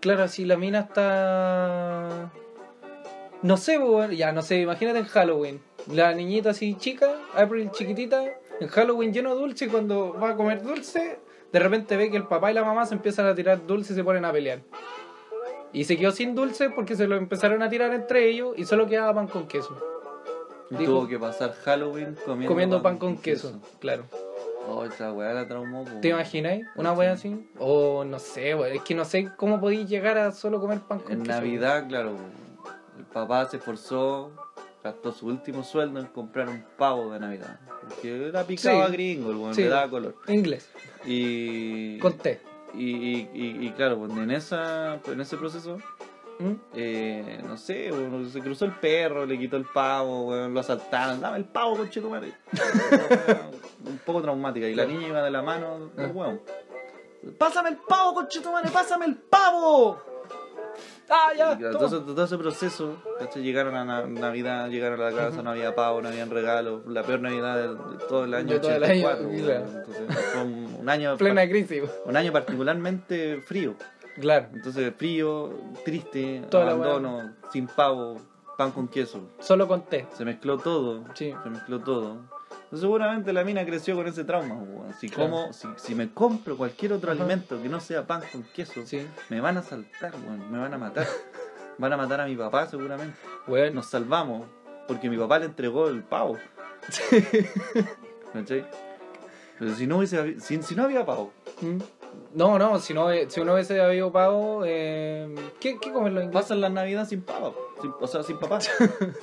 Speaker 1: Claro, si la mina está. pues, No sé, po, weón. ya no sé, imagínate en Halloween. La niñita así chica, April chiquitita, en Halloween lleno de dulce y cuando va a comer dulce, de repente ve que el papá y la mamá se empiezan a tirar dulce y se ponen a pelear. Y se quedó sin dulce porque se lo empezaron a tirar entre ellos y solo quedaba pan con queso.
Speaker 2: Y
Speaker 1: Dijo-
Speaker 2: Tuvo que pasar Halloween comiendo,
Speaker 1: Comiendo pan con queso, claro.
Speaker 2: Oh, esa weá la traumó. po.
Speaker 1: ¿Te imagináis? ¿Una wea así? O no sé, wea, es que no sé cómo podéis llegar a solo comer pan con
Speaker 2: En
Speaker 1: queso.
Speaker 2: Navidad, claro, el papá se esforzó, gastó su último sueldo en comprar un pavo de Navidad. Porque era picado
Speaker 1: Sí.
Speaker 2: a gringo, el weón,
Speaker 1: Sí.
Speaker 2: le daba color.
Speaker 1: Inglés,
Speaker 2: Y,
Speaker 1: con té.
Speaker 2: y, y, y- y claro, pues, en, esa, en ese proceso,
Speaker 1: ¿Mm?
Speaker 2: eh, no sé, bueno, se cruzó el perro, le quitó el pavo, weón, lo asaltaron, dame el pavo, coche madre. un poco traumática. Y la niña iba de la mano del weón. ¡Pásame el pavo, coche madre! ¡Pásame el pavo!
Speaker 1: Ah,
Speaker 2: Y
Speaker 1: ya.
Speaker 2: claro,
Speaker 1: toma.
Speaker 2: todo, ese- todo ese proceso, ¿cachai? Llegaron a na- Navidad, llegaron a la casa, no había pavo, no habían regalos, la peor Navidad de, de todo el año
Speaker 1: De todo el año,
Speaker 2: 84, weón.
Speaker 1: claro.
Speaker 2: Entonces, fue un, un año,
Speaker 1: Plena crisis, wea.
Speaker 2: un año particularmente frío.
Speaker 1: claro.
Speaker 2: Entonces, frío, triste,
Speaker 1: Toda la
Speaker 2: abandono, sin pavo, pan con queso.
Speaker 1: Solo con té.
Speaker 2: Se mezcló todo,
Speaker 1: Sí.
Speaker 2: se mezcló todo. Entonces, seguramente la mina creció con ese trauma. weón. Si,
Speaker 1: Claro.
Speaker 2: como, si, si me compro cualquier otro
Speaker 1: Ajá.
Speaker 2: alimento que no sea pan con queso,
Speaker 1: Sí.
Speaker 2: me van a saltar, weón, me van a matar. Van a matar a mi papá seguramente.
Speaker 1: Bueno,
Speaker 2: Nos salvamos, porque mi papá le entregó el pavo. ¿Cachai? Pero si no hubiese habi- si, si no había pavo,
Speaker 1: ¿Mm? No, no, si, no, eh, si uno hubiese habido pavo, eh, ¿qué, ¿qué comen los ingleses?
Speaker 2: pasan la Navidad sin pavo. sin- o sea, sin papá.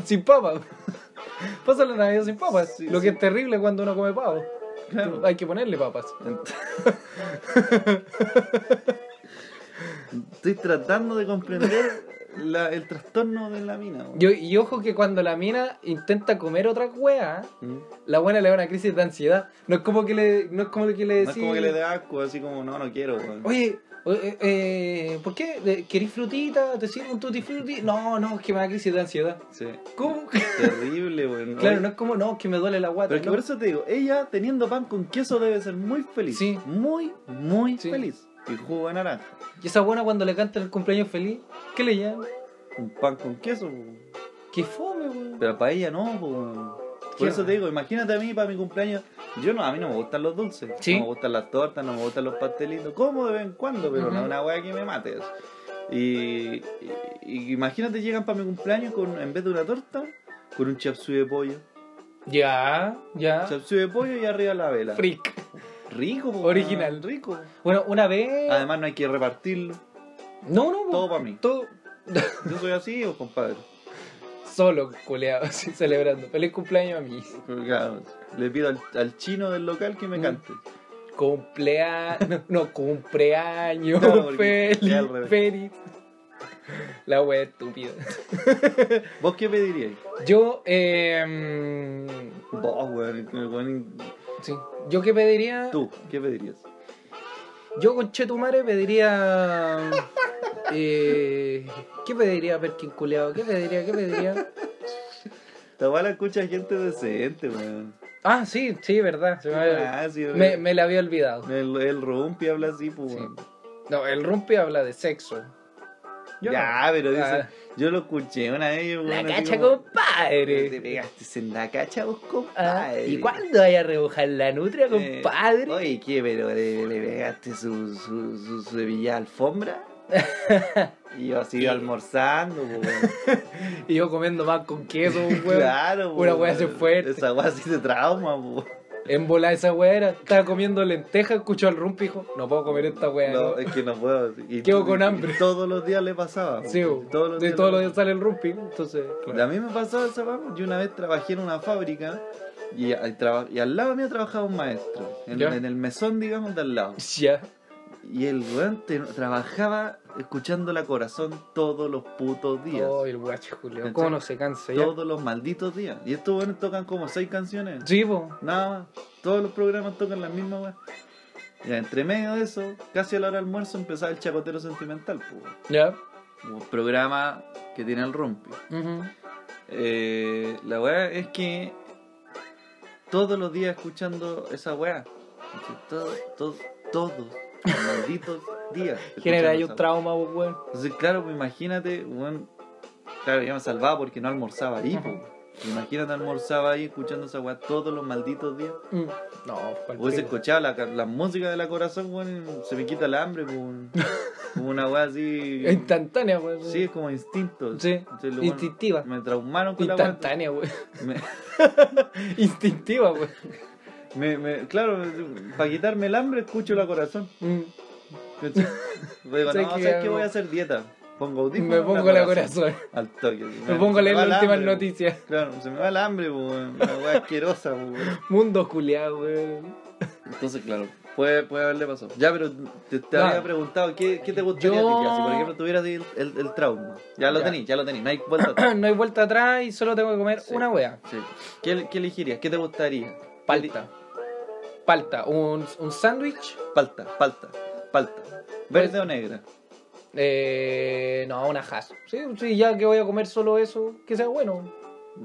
Speaker 1: Sin papa. Pasa la Navidad sin papas.
Speaker 2: Sí,
Speaker 1: lo
Speaker 2: sí.
Speaker 1: que es terrible cuando uno come pavo.
Speaker 2: Claro.
Speaker 1: Hay que ponerle papas.
Speaker 2: Ent- Estoy tratando de comprender la- el trastorno de la mina. weón.
Speaker 1: Yo- y ojo que cuando la mina intenta comer otra wea,
Speaker 2: Mm.
Speaker 1: la buena le da una crisis de ansiedad. No es como que le, no es como que le
Speaker 2: No es
Speaker 1: decís,
Speaker 2: como que le dé asco, así como, no, no quiero. weón.
Speaker 1: Oye, o- eh, eh, ¿por qué? Eh, ¿Querís frutita? ¿Te sirvo un tutti frutti? No, no, es que me da crisis de ansiedad.
Speaker 2: Sí,
Speaker 1: ¿Cómo?
Speaker 2: terrible, weón.
Speaker 1: Claro,
Speaker 2: Oye,
Speaker 1: no es como, no, es que me duele la guata.
Speaker 2: Pero es que
Speaker 1: no.
Speaker 2: por eso te digo, ella teniendo pan con queso debe ser muy feliz.
Speaker 1: Sí.
Speaker 2: Muy, muy
Speaker 1: Sí.
Speaker 2: feliz. Y jugo de naranja.
Speaker 1: Y esa buena cuando le canta el cumpleaños feliz, ¿qué le llaman?
Speaker 2: Un pan con queso, po.
Speaker 1: ¡Qué fome, weón!
Speaker 2: pero para ella no, po.
Speaker 1: Qué
Speaker 2: Por eso
Speaker 1: raro.
Speaker 2: te digo, imagínate a mí para mi cumpleaños. Yo no, a mí no me gustan los dulces.
Speaker 1: Sí.
Speaker 2: No me gustan las tortas, no me gustan los pastelitos. Como de vez en cuando, pero no
Speaker 1: Ujú.
Speaker 2: es una weá que me mate. eso. Y, y- y imagínate llegan para mi cumpleaños con, en vez de una torta, con un chapsui de pollo.
Speaker 1: Ya, ya.
Speaker 2: Chapsui de pollo y arriba la vela.
Speaker 1: Freak.
Speaker 2: Rico, po,
Speaker 1: Original.
Speaker 2: Rico.
Speaker 1: Bueno, una vez.
Speaker 2: Además no hay que repartirlo.
Speaker 1: no, no,
Speaker 2: todo
Speaker 1: po-
Speaker 2: pa' mí.
Speaker 1: Todo
Speaker 2: Yo soy así, o compadre.
Speaker 1: solo, culeado, así celebrando. Feliz cumpleaños a mí.
Speaker 2: Claro, le pido al, al chino del local que me
Speaker 1: Mm.
Speaker 2: cante.
Speaker 1: Cumpleaños. No, cumpleaños.
Speaker 2: No, porque
Speaker 1: feliz,
Speaker 2: es al revés.
Speaker 1: feliz. La wea estúpida.
Speaker 2: ¿Vos qué pediríais?
Speaker 1: Yo, eh.
Speaker 2: Vos, weón, el weón-
Speaker 1: Sí. Yo qué pediría.
Speaker 2: Tú, ¿qué pedirías?
Speaker 1: Yo con Chetumare pediría. eh, ¿Qué pediría Perkin culeado? ¿Qué pediría? ¿Qué pediría?
Speaker 2: Esta weá la escucha gente decente, weón.
Speaker 1: Ah, sí, sí, verdad. se me había-
Speaker 2: Ah, sí,
Speaker 1: me,
Speaker 2: weón.
Speaker 1: me la había olvidado.
Speaker 2: El, el Rumpi habla así, pues,
Speaker 1: Sí.
Speaker 2: weón.
Speaker 1: No, el Rumpi habla de sexo. Yo
Speaker 2: Ya, pero dice,
Speaker 1: Ah.
Speaker 2: yo lo escuché una vez,
Speaker 1: no.
Speaker 2: weón.
Speaker 1: La
Speaker 2: así
Speaker 1: cacha,
Speaker 2: como, Te
Speaker 1: compadre.
Speaker 2: pegaste en la cacha vos,
Speaker 1: Ah,
Speaker 2: compadre.
Speaker 1: ¿Y cuándo vaya a rebujar la nutria,
Speaker 2: Eh,
Speaker 1: compadre?
Speaker 2: Oye, ¿qué? Pero le, le pegaste su, su, su, su hebilla alfombra. y yo así almorzando, po, weón.
Speaker 1: Y yo comiendo más con queso, weón.
Speaker 2: Claro, po,
Speaker 1: Una weá se
Speaker 2: weón.
Speaker 1: fuerte.
Speaker 2: Esa weá sí te trauma, pues. po.
Speaker 1: En bola esa weá era. Estaba comiendo lentejas, escuchó al Rumpi y dijo, no puedo comer esta weá.
Speaker 2: No,
Speaker 1: ¿no?".
Speaker 2: es que no puedo. Y
Speaker 1: Quedo
Speaker 2: y-
Speaker 1: con
Speaker 2: y
Speaker 1: hambre.
Speaker 2: todos los días le pasaba. po.
Speaker 1: Sí,
Speaker 2: todos los
Speaker 1: de
Speaker 2: días
Speaker 1: todos
Speaker 2: le
Speaker 1: los días sale el rumpi, entonces.
Speaker 2: pasaba. A mí me pasaba esa weá. Yo una vez trabajé en una fábrica y, al traba- y al lado mío trabajaba un maestro. En,
Speaker 1: Ya.
Speaker 2: en el mesón, digamos, de al lado.
Speaker 1: Ya.
Speaker 2: Y el weón te- trabajaba escuchando la corazón todos los putos días.
Speaker 1: Oh, el guacho Julio,
Speaker 2: ¿Cachai?
Speaker 1: cómo no se cansa ya.
Speaker 2: Todos los malditos días. Y estos weones tocan como seis canciones.
Speaker 1: Sí, po.
Speaker 2: Nada más. Todos los programas tocan las mismas weas. Ya, entre medio de eso, casi a la hora del almuerzo empezaba el chacotero sentimental, po, weón.
Speaker 1: Ya.
Speaker 2: Como un programa que tiene el rompe.
Speaker 1: Ujú.
Speaker 2: Eh, la wea es que todos los días escuchando esa wea. Todos, todos, todos los malditos días.
Speaker 1: Genera
Speaker 2: escuchando
Speaker 1: yo
Speaker 2: esa
Speaker 1: un trauma, po, weón.
Speaker 2: entonces, claro, pues imagínate, weón. Claro, yo me salvaba porque no almorzaba ahí,
Speaker 1: Ajá.
Speaker 2: pues. Imagínate almorzaba ahí escuchando esa weá todos los malditos días.
Speaker 1: Mm. No, pa'l
Speaker 2: Hubiese
Speaker 1: pico.
Speaker 2: escuchado la, ca- la música de la corazón, weón, se me quita el hambre, pues, weón. Como una weá así.
Speaker 1: Instantánea, weón.
Speaker 2: Sí, es como instinto.
Speaker 1: Sí,
Speaker 2: Entonces, lo weón-
Speaker 1: instintiva.
Speaker 2: Me traumaron con la weá.
Speaker 1: Instantánea, weón.
Speaker 2: Me-
Speaker 1: Instintiva, weón.
Speaker 2: me- me- claro, para quitarme el hambre escucho la corazón.
Speaker 1: Mm.
Speaker 2: ¿Cachai? Yo digo,
Speaker 1: ¿Sabes
Speaker 2: no,
Speaker 1: qué?
Speaker 2: ¿sabes qué? Voy a hacer dieta. Pongo audífonos.
Speaker 1: Me pongo la corazón.
Speaker 2: Al toque.
Speaker 1: Me pongo a leer las últimas
Speaker 2: noticias.
Speaker 1: noticias.
Speaker 2: Claro, se me va el hambre, po, weón. Una weá asquerosa, po, weón.
Speaker 1: Mundo culiado, weón.
Speaker 2: Entonces, claro, puede, puede haberle pasado. Ya, pero te, te
Speaker 1: Claro.
Speaker 2: había preguntado, ¿qué, qué te gustaría
Speaker 1: Yo-
Speaker 2: a ti? Ya, si por ejemplo tuvieras el, el, el trauma. Ya lo
Speaker 1: Ya.
Speaker 2: tenís, ya lo tenís, no hay vuelta atrás.
Speaker 1: No hay vuelta atrás y solo tengo que comer
Speaker 2: Sí.
Speaker 1: una wea.
Speaker 2: Sí. ¿Qué, ¿Qué elegirías? ¿Qué te gustaría?
Speaker 1: Palta. Palta. Un, un sándwich.
Speaker 2: Palta, palta, palta. ¿Verde
Speaker 1: Pues-
Speaker 2: o negra?
Speaker 1: Eh, no, una hash. Sí, sí, ya que voy a comer solo eso, que sea bueno.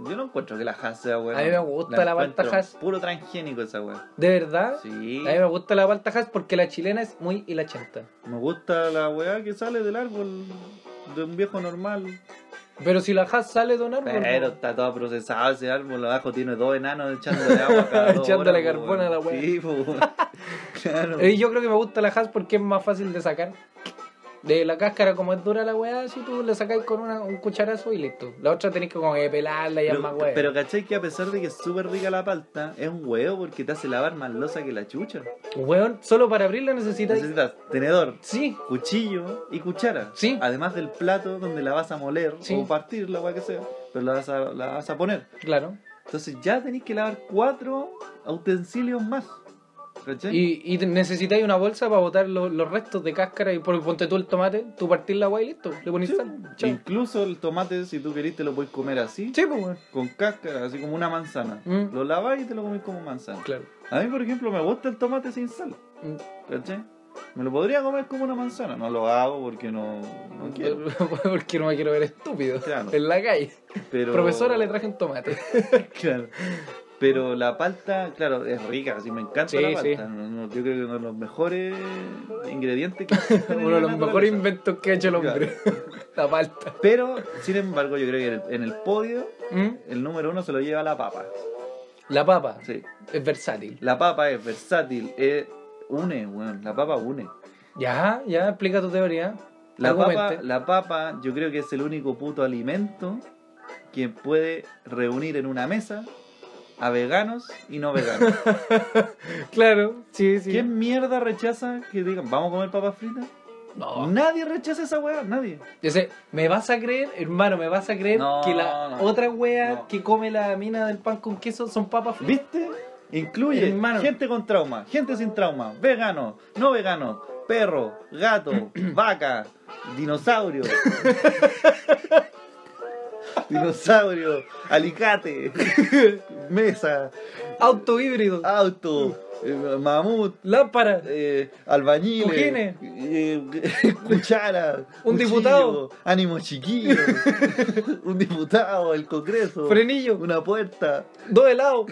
Speaker 2: Yo no encuentro que la hash sea weón.
Speaker 1: A mí me gusta la palta Hass.
Speaker 2: Puro transgénico esa weá.
Speaker 1: De verdad.
Speaker 2: Sí.
Speaker 1: A mí me gusta la palta hash porque la chilena es muy hilachenta.
Speaker 2: Me gusta la weá que sale del árbol de un viejo normal.
Speaker 1: Pero si la hash sale de un árbol.
Speaker 2: Pero
Speaker 1: ¿no?
Speaker 2: está todo procesado ese árbol, abajo tiene dos enanos echándole agua. cada dos
Speaker 1: Echándole
Speaker 2: horas,
Speaker 1: carbón a la
Speaker 2: po,
Speaker 1: wea.
Speaker 2: Sí, po, weón. Claro.
Speaker 1: Eh, yo creo que me gusta la hash porque es más fácil de sacar. De la cáscara, como es dura la weá, si tú la sacáis con una- un cucharazo y listo. La otra tenés que como que pelarla y es más
Speaker 2: Pero,
Speaker 1: weá.
Speaker 2: pero cachai que a pesar de que es súper rica la palta, es un huevo porque te hace lavar más losa que la chucha.
Speaker 1: Weón, solo para abrirla necesitas.
Speaker 2: Necesitas tenedor,
Speaker 1: Sí,
Speaker 2: cuchillo y cuchara.
Speaker 1: Sí.
Speaker 2: Además del plato donde la vas a moler
Speaker 1: Sí.
Speaker 2: o partir, la weá que sea, pero la vas a, la vas a poner.
Speaker 1: claro.
Speaker 2: Entonces ya tenéis que lavar cuatro utensilios más. ¿Cachai?
Speaker 1: Y, y necesitáis una bolsa para botar lo- los restos de cáscara y por, ponte tú el tomate, tú partís la guay y listo, le pones
Speaker 2: Sí,
Speaker 1: sal.
Speaker 2: po.
Speaker 1: chao.
Speaker 2: Incluso el tomate, si tú querés, te lo puedes comer así.
Speaker 1: Sí, pues, weón.
Speaker 2: con cáscara, así como una manzana.
Speaker 1: Mm.
Speaker 2: Lo lavas y te lo comes como manzana.
Speaker 1: Claro.
Speaker 2: A mí, por ejemplo, me gusta el tomate sin sal.
Speaker 1: Mm.
Speaker 2: ¿Cachai? Me lo podría comer como una manzana. No lo hago porque no, no quiero.
Speaker 1: Porque no me quiero ver estúpido
Speaker 2: Claro.
Speaker 1: en la calle.
Speaker 2: Pero,
Speaker 1: Profesora, le traje un tomate.
Speaker 2: Claro. Pero la palta, claro, es rica. Así me encanta
Speaker 1: Sí,
Speaker 2: la palta.
Speaker 1: sí.
Speaker 2: No, no, yo creo que uno de los mejores ingredientes que existen en
Speaker 1: Uno de
Speaker 2: la
Speaker 1: los mejores
Speaker 2: naturaleza.
Speaker 1: inventos que ha hecho el hombre. La palta.
Speaker 2: Pero, sin embargo, yo creo que en el, en el podio,
Speaker 1: ¿Mm?
Speaker 2: el número uno se lo lleva la papa.
Speaker 1: La papa
Speaker 2: Sí.
Speaker 1: es versátil.
Speaker 2: La papa es versátil, es, une, weón. La papa une.
Speaker 1: Ya, ya, explica tu teoría.
Speaker 2: La papa,
Speaker 1: Argumente.
Speaker 2: la papa, yo creo que es el único puto alimento que puede reunir en una mesa a veganos y no veganos.
Speaker 1: Claro, sí, sí.
Speaker 2: ¿Qué mierda rechaza que digan, vamos a comer papas fritas?
Speaker 1: No,
Speaker 2: Nadie rechaza esa weá, nadie.
Speaker 1: Yo sé, me vas a creer, hermano, me vas a creer
Speaker 2: No,
Speaker 1: que la
Speaker 2: no,
Speaker 1: otra wea
Speaker 2: no.
Speaker 1: que come la mina del pan con queso son papas fritas.
Speaker 2: ¿Viste? Incluye
Speaker 1: Hermano.
Speaker 2: gente con trauma, gente sin trauma, veganos, no veganos, perro, gato, vaca, dinosaurio. dinosaurio, alicate, mesa.
Speaker 1: Auto híbrido,
Speaker 2: auto, eh, mamut,
Speaker 1: lámpara,
Speaker 2: eh, albañiles,
Speaker 1: Cojines.
Speaker 2: eh, cuchara,
Speaker 1: Un
Speaker 2: cuchillo,
Speaker 1: diputado.
Speaker 2: ánimo chiquillo, un diputado, el Congreso,
Speaker 1: frenillo,
Speaker 2: una puerta.
Speaker 1: dos helados.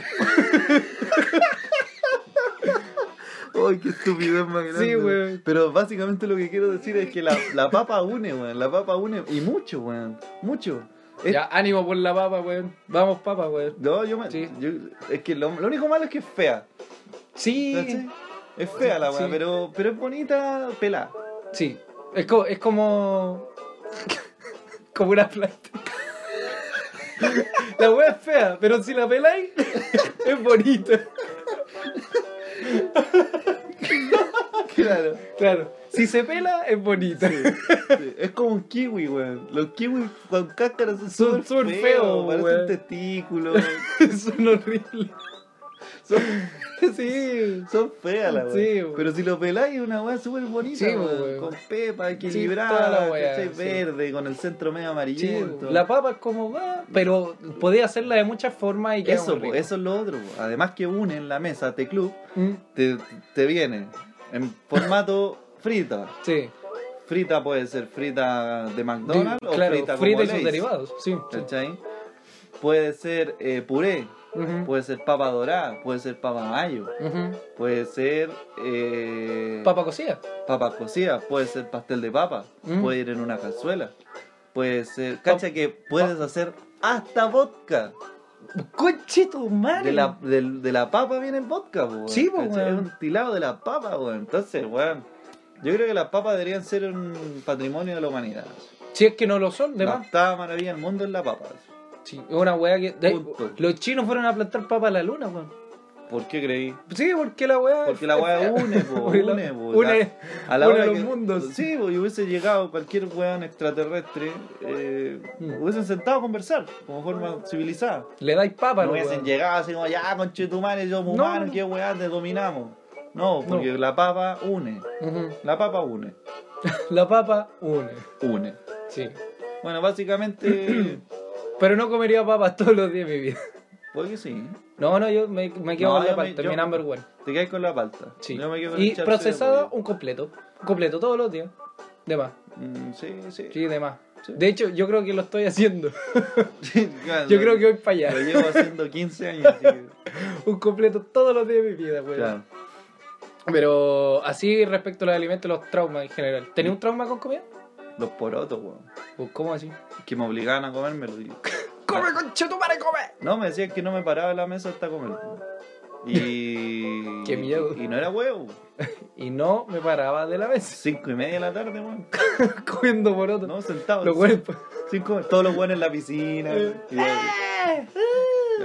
Speaker 2: Ay, qué estupidez más grande.
Speaker 1: Sí, weón.
Speaker 2: Pero básicamente lo que quiero decir es que la, la papa une, weón. La papa une. Y mucho, weón. Mucho. Es-
Speaker 1: Ya, ánimo por la papa, weón. Vamos, papa, weón.
Speaker 2: No, yo me.
Speaker 1: Sí.
Speaker 2: yo- es que lo, lo único malo es que es fea.
Speaker 1: Sí,
Speaker 2: ¿cachai? Es fea la weá,
Speaker 1: Sí.
Speaker 2: pero, pero es bonita pelada.
Speaker 1: sí. Es, co- es como. como una planta. La wea es fea, pero si la peláis, es bonita.
Speaker 2: Claro.
Speaker 1: Claro, si se pela, es bonita.
Speaker 2: Sí, es como un kiwi, weón. Los kiwis con cáscara son
Speaker 1: Son
Speaker 2: súper
Speaker 1: súper
Speaker 2: feos,
Speaker 1: feos,
Speaker 2: parecen
Speaker 1: weón.
Speaker 2: testículos.
Speaker 1: Son horribles.
Speaker 2: Son,
Speaker 1: Sí.
Speaker 2: son feas las
Speaker 1: Sí,
Speaker 2: weón.
Speaker 1: weón.
Speaker 2: Pero si lo peláis es una weá súper bonita,
Speaker 1: Sí,
Speaker 2: weón.
Speaker 1: weón.
Speaker 2: Con pepa,
Speaker 1: toda
Speaker 2: equilibrada,
Speaker 1: la weá,
Speaker 2: ¿cachai?
Speaker 1: sí.
Speaker 2: verde, con el centro medio
Speaker 1: Sí,
Speaker 2: amarillento.
Speaker 1: la papa es como va, pero podía hacerla de muchas formas y queda
Speaker 2: eso,
Speaker 1: muy
Speaker 2: po,
Speaker 1: rico.
Speaker 2: eso es lo otro. po. Además que une en la mesa te club,
Speaker 1: Mm,
Speaker 2: te, te viene en formato frita.
Speaker 1: sí.
Speaker 2: Frita puede ser frita de McDonald's
Speaker 1: Di-
Speaker 2: o
Speaker 1: claro,
Speaker 2: frita, como
Speaker 1: y sus
Speaker 2: Lay's,
Speaker 1: derivados, sí. sí.
Speaker 2: ¿cachai? Puede ser eh, puré,
Speaker 1: Ujú,
Speaker 2: Puede ser papa dorada, puede ser papa mayo,
Speaker 1: ujú.
Speaker 2: puede ser eh,
Speaker 1: Papa cocida.
Speaker 2: papa cocida, puede ser pastel de papa,
Speaker 1: Mm.
Speaker 2: puede ir en
Speaker 1: Ah.
Speaker 2: una cazuela, puede ser... Cacha que puedes hacer hasta vodka
Speaker 1: Conche tu madre.
Speaker 2: De la, del- de la papa viene el vodka, po, weón.
Speaker 1: Sí, po,
Speaker 2: ¿Cachai?
Speaker 1: weón.
Speaker 2: Es un tilado de la papa, weón. Entonces, weón. Yo creo que las papas deberían ser un patrimonio de la humanidad.
Speaker 1: Si es que no lo son, de
Speaker 2: la
Speaker 1: más.
Speaker 2: octava maravilla del mundo es la papa.
Speaker 1: Sí, es una weá que. de-
Speaker 2: Punto.
Speaker 1: los chinos fueron a plantar papa a la luna, weón.
Speaker 2: ¿Por qué creí?
Speaker 1: Sí, porque la weá.
Speaker 2: Porque la weá une, po,
Speaker 1: Porque la-
Speaker 2: une, po.
Speaker 1: une-
Speaker 2: La- a la
Speaker 1: une
Speaker 2: hora
Speaker 1: los
Speaker 2: que-
Speaker 1: mundos.
Speaker 2: Sí, po, y hubiese llegado cualquier weón extraterrestre, eh,
Speaker 1: Mm.
Speaker 2: hubiesen sentado a conversar, como forma civilizada.
Speaker 1: Le dais papa, la
Speaker 2: no
Speaker 1: weá.
Speaker 2: hubiesen llegado así como, ya, conchetumare, somos
Speaker 1: No,
Speaker 2: humanos,
Speaker 1: no.
Speaker 2: qué weá, te dominamos. No, porque
Speaker 1: No.
Speaker 2: la papa une.
Speaker 1: Ujú.
Speaker 2: La papa une.
Speaker 1: La papa une.
Speaker 2: Une.
Speaker 1: Sí.
Speaker 2: Bueno, básicamente,
Speaker 1: Pero no comería papas todos los días de mi vida.
Speaker 2: puede que sí.
Speaker 1: No, no, yo me, me quedo
Speaker 2: No,
Speaker 1: con la
Speaker 2: yo me-
Speaker 1: palta,
Speaker 2: yo-
Speaker 1: mi number one.
Speaker 2: Te quedas con la palta.
Speaker 1: Sí.
Speaker 2: Yo me quedo con
Speaker 1: y
Speaker 2: el charceo,
Speaker 1: procesada,
Speaker 2: porque-
Speaker 1: un completo. Un completo todos los días. De más.
Speaker 2: Mm, sí, sí.
Speaker 1: Sí, de más.
Speaker 2: Sí.
Speaker 1: De hecho, yo creo que lo estoy haciendo.
Speaker 2: Sí, claro,
Speaker 1: Yo
Speaker 2: lo-
Speaker 1: creo que voy para allá.
Speaker 2: Lo llevo haciendo 15 años. así que- pues.
Speaker 1: Un completo todos los días de mi vida, weón.
Speaker 2: Claro.
Speaker 1: Pero así respecto a los alimentos, los traumas en general. ¿Tenía un trauma con comida?
Speaker 2: Los porotos, weón.
Speaker 1: Pues, ¿Cómo así?
Speaker 2: Que me obligaban a comérmelo. y-
Speaker 1: ¡Come, concha tu madre, come!
Speaker 2: No, me decían que no me paraba de la mesa hasta comer. weón. Y.
Speaker 1: Qué miedo.
Speaker 2: Y no era huevo.
Speaker 1: Y no me paraba de la mesa
Speaker 2: Cinco y media de la tarde, weón.
Speaker 1: comiendo poroto.
Speaker 2: No, sentado.
Speaker 1: los cuerpos.
Speaker 2: Cinco- todos los buenos en la piscina. y-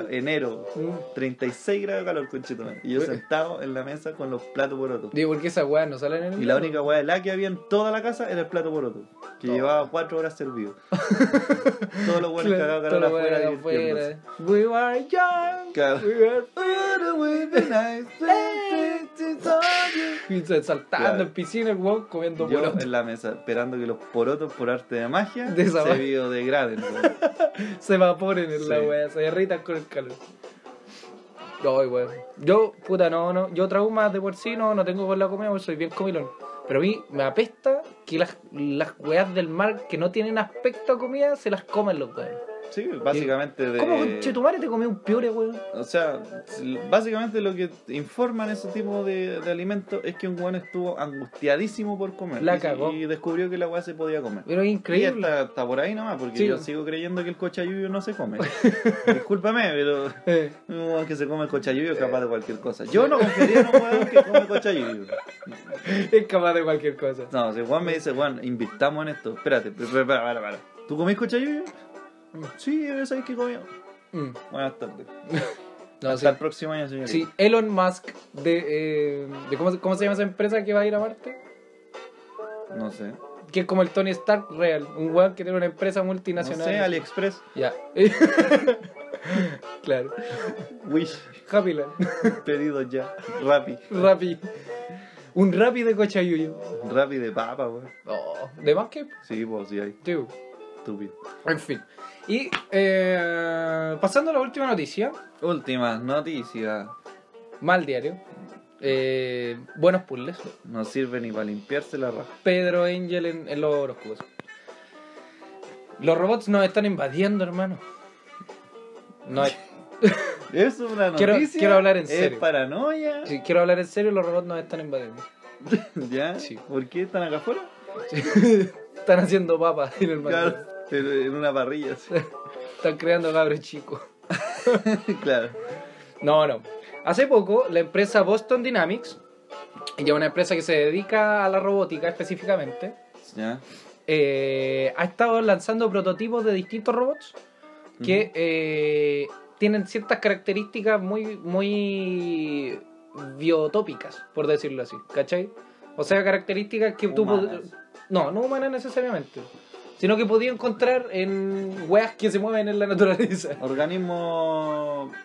Speaker 2: enero.
Speaker 1: Mm.
Speaker 2: 36 grados de calor, conchito. Y yo sentado en la mesa con los platos porotos.
Speaker 1: Digo, porque esas weas no salen en el
Speaker 2: Y la
Speaker 1: libro?
Speaker 2: única hueá de la que había en toda la casa era el plato poroto, que
Speaker 1: Toma.
Speaker 2: llevaba cuatro horas servido. Todos los buenos
Speaker 1: Claro,
Speaker 2: cagados
Speaker 1: todo
Speaker 2: calor
Speaker 1: lo bueno
Speaker 2: afuera.
Speaker 1: acá afuera.
Speaker 2: divirtiéndose.
Speaker 1: We were young.
Speaker 2: Claro.
Speaker 1: We were
Speaker 2: But with the nice things on you.
Speaker 1: Y se- saltando
Speaker 2: Claro.
Speaker 1: en piscina, el weón comiendo
Speaker 2: Yo
Speaker 1: poroto.
Speaker 2: en la mesa, esperando que los porotos por arte de magia
Speaker 1: De esa
Speaker 2: se
Speaker 1: ma-
Speaker 2: biodegraden. weón.
Speaker 1: Se evaporan en la
Speaker 2: Sí.
Speaker 1: wea, se derritan con el calor. Ay, weón. Yo, puta, no, no. Yo traumas de por sí no, no tengo con la comida, porque soy bien comilón. Pero a mí me apesta que las, las weas del mar que no tienen aspecto a comida se las comen los weones.
Speaker 2: Sí, básicamente de.
Speaker 1: ¿Cómo conchetumare te comió un piure, weón?
Speaker 2: O sea, básicamente lo que informan ese tipo de, de alimentos es que un weón estuvo angustiadísimo por comer.
Speaker 1: La
Speaker 2: y,
Speaker 1: cagó.
Speaker 2: y descubrió que la weá se podía comer.
Speaker 1: Pero es
Speaker 2: Y
Speaker 1: increíble.
Speaker 2: está, está por ahí nomás, porque
Speaker 1: Sí.
Speaker 2: yo sigo creyendo que el cochayuyo no se come. Discúlpame, pero
Speaker 1: Eh,
Speaker 2: un weón que se come el cochayuyo es capaz de cualquier cosa. Yo no confiaría en un weón que come cochayuyo.
Speaker 1: es capaz de cualquier cosa.
Speaker 2: No, si Juan me dice, Juan, invirtamos en esto. Espérate, pero, pero, para, para, para. ¿Tú comís cochayuyo? Sí, yo sabéis que comía.
Speaker 1: Mm.
Speaker 2: Buenas tardes.
Speaker 1: No,
Speaker 2: Hasta
Speaker 1: sí.
Speaker 2: el próximo año, señorita.
Speaker 1: Sí, Elon Musk de, eh, de ¿cómo, se- cómo se llama esa empresa que va a ir a Marte?
Speaker 2: No sé.
Speaker 1: Que es como el Tony Stark real, un weón que tiene una empresa
Speaker 2: No
Speaker 1: multinacional.
Speaker 2: sé, AliExpress.
Speaker 1: Ya. claro.
Speaker 2: Wish.
Speaker 1: Happyland.
Speaker 2: Pedido ya. Rappi.
Speaker 1: Rappi. Un Rappi de Cochayuyo.
Speaker 2: Rappi de papa, weón.
Speaker 1: Oh, de más que.
Speaker 2: Sí, pues sí, ahí.
Speaker 1: tío.
Speaker 2: Estúpido.
Speaker 1: En fin. Y eh, pasando a la última noticia.
Speaker 2: Últimas noticias.
Speaker 1: Mal diario. Eh, buenos puzzles.
Speaker 2: No sirve ni para limpiarse la raja.
Speaker 1: Pedro Angel en, en los horóscopos. Los robots nos están invadiendo, hermano. No,
Speaker 2: Es una noticia.
Speaker 1: Quiero- quiero hablar en
Speaker 2: es
Speaker 1: serio.
Speaker 2: paranoia.
Speaker 1: si quiero hablar en serio, los robots nos están invadiendo.
Speaker 2: ¿Ya?
Speaker 1: Sí.
Speaker 2: ¿Por qué están acá afuera?
Speaker 1: Están haciendo papas en el mar.
Speaker 2: Claro. Pero en una parrilla, sí.
Speaker 1: Están creando cabros chicos.
Speaker 2: claro.
Speaker 1: No, no. Hace poco, la empresa Boston Dynamics, que es una empresa que se dedica a la robótica específicamente,
Speaker 2: ¿Ya?
Speaker 1: eh, ha estado lanzando prototipos de distintos robots que eh, tienen ciertas características muy, muy biotópicas, por decirlo así, ¿cachai? O sea, características que tú... pod-
Speaker 2: Humanas.
Speaker 1: No, no humanas necesariamente, sino que podía encontrar en weas que se mueven en la naturaleza.
Speaker 2: Organismos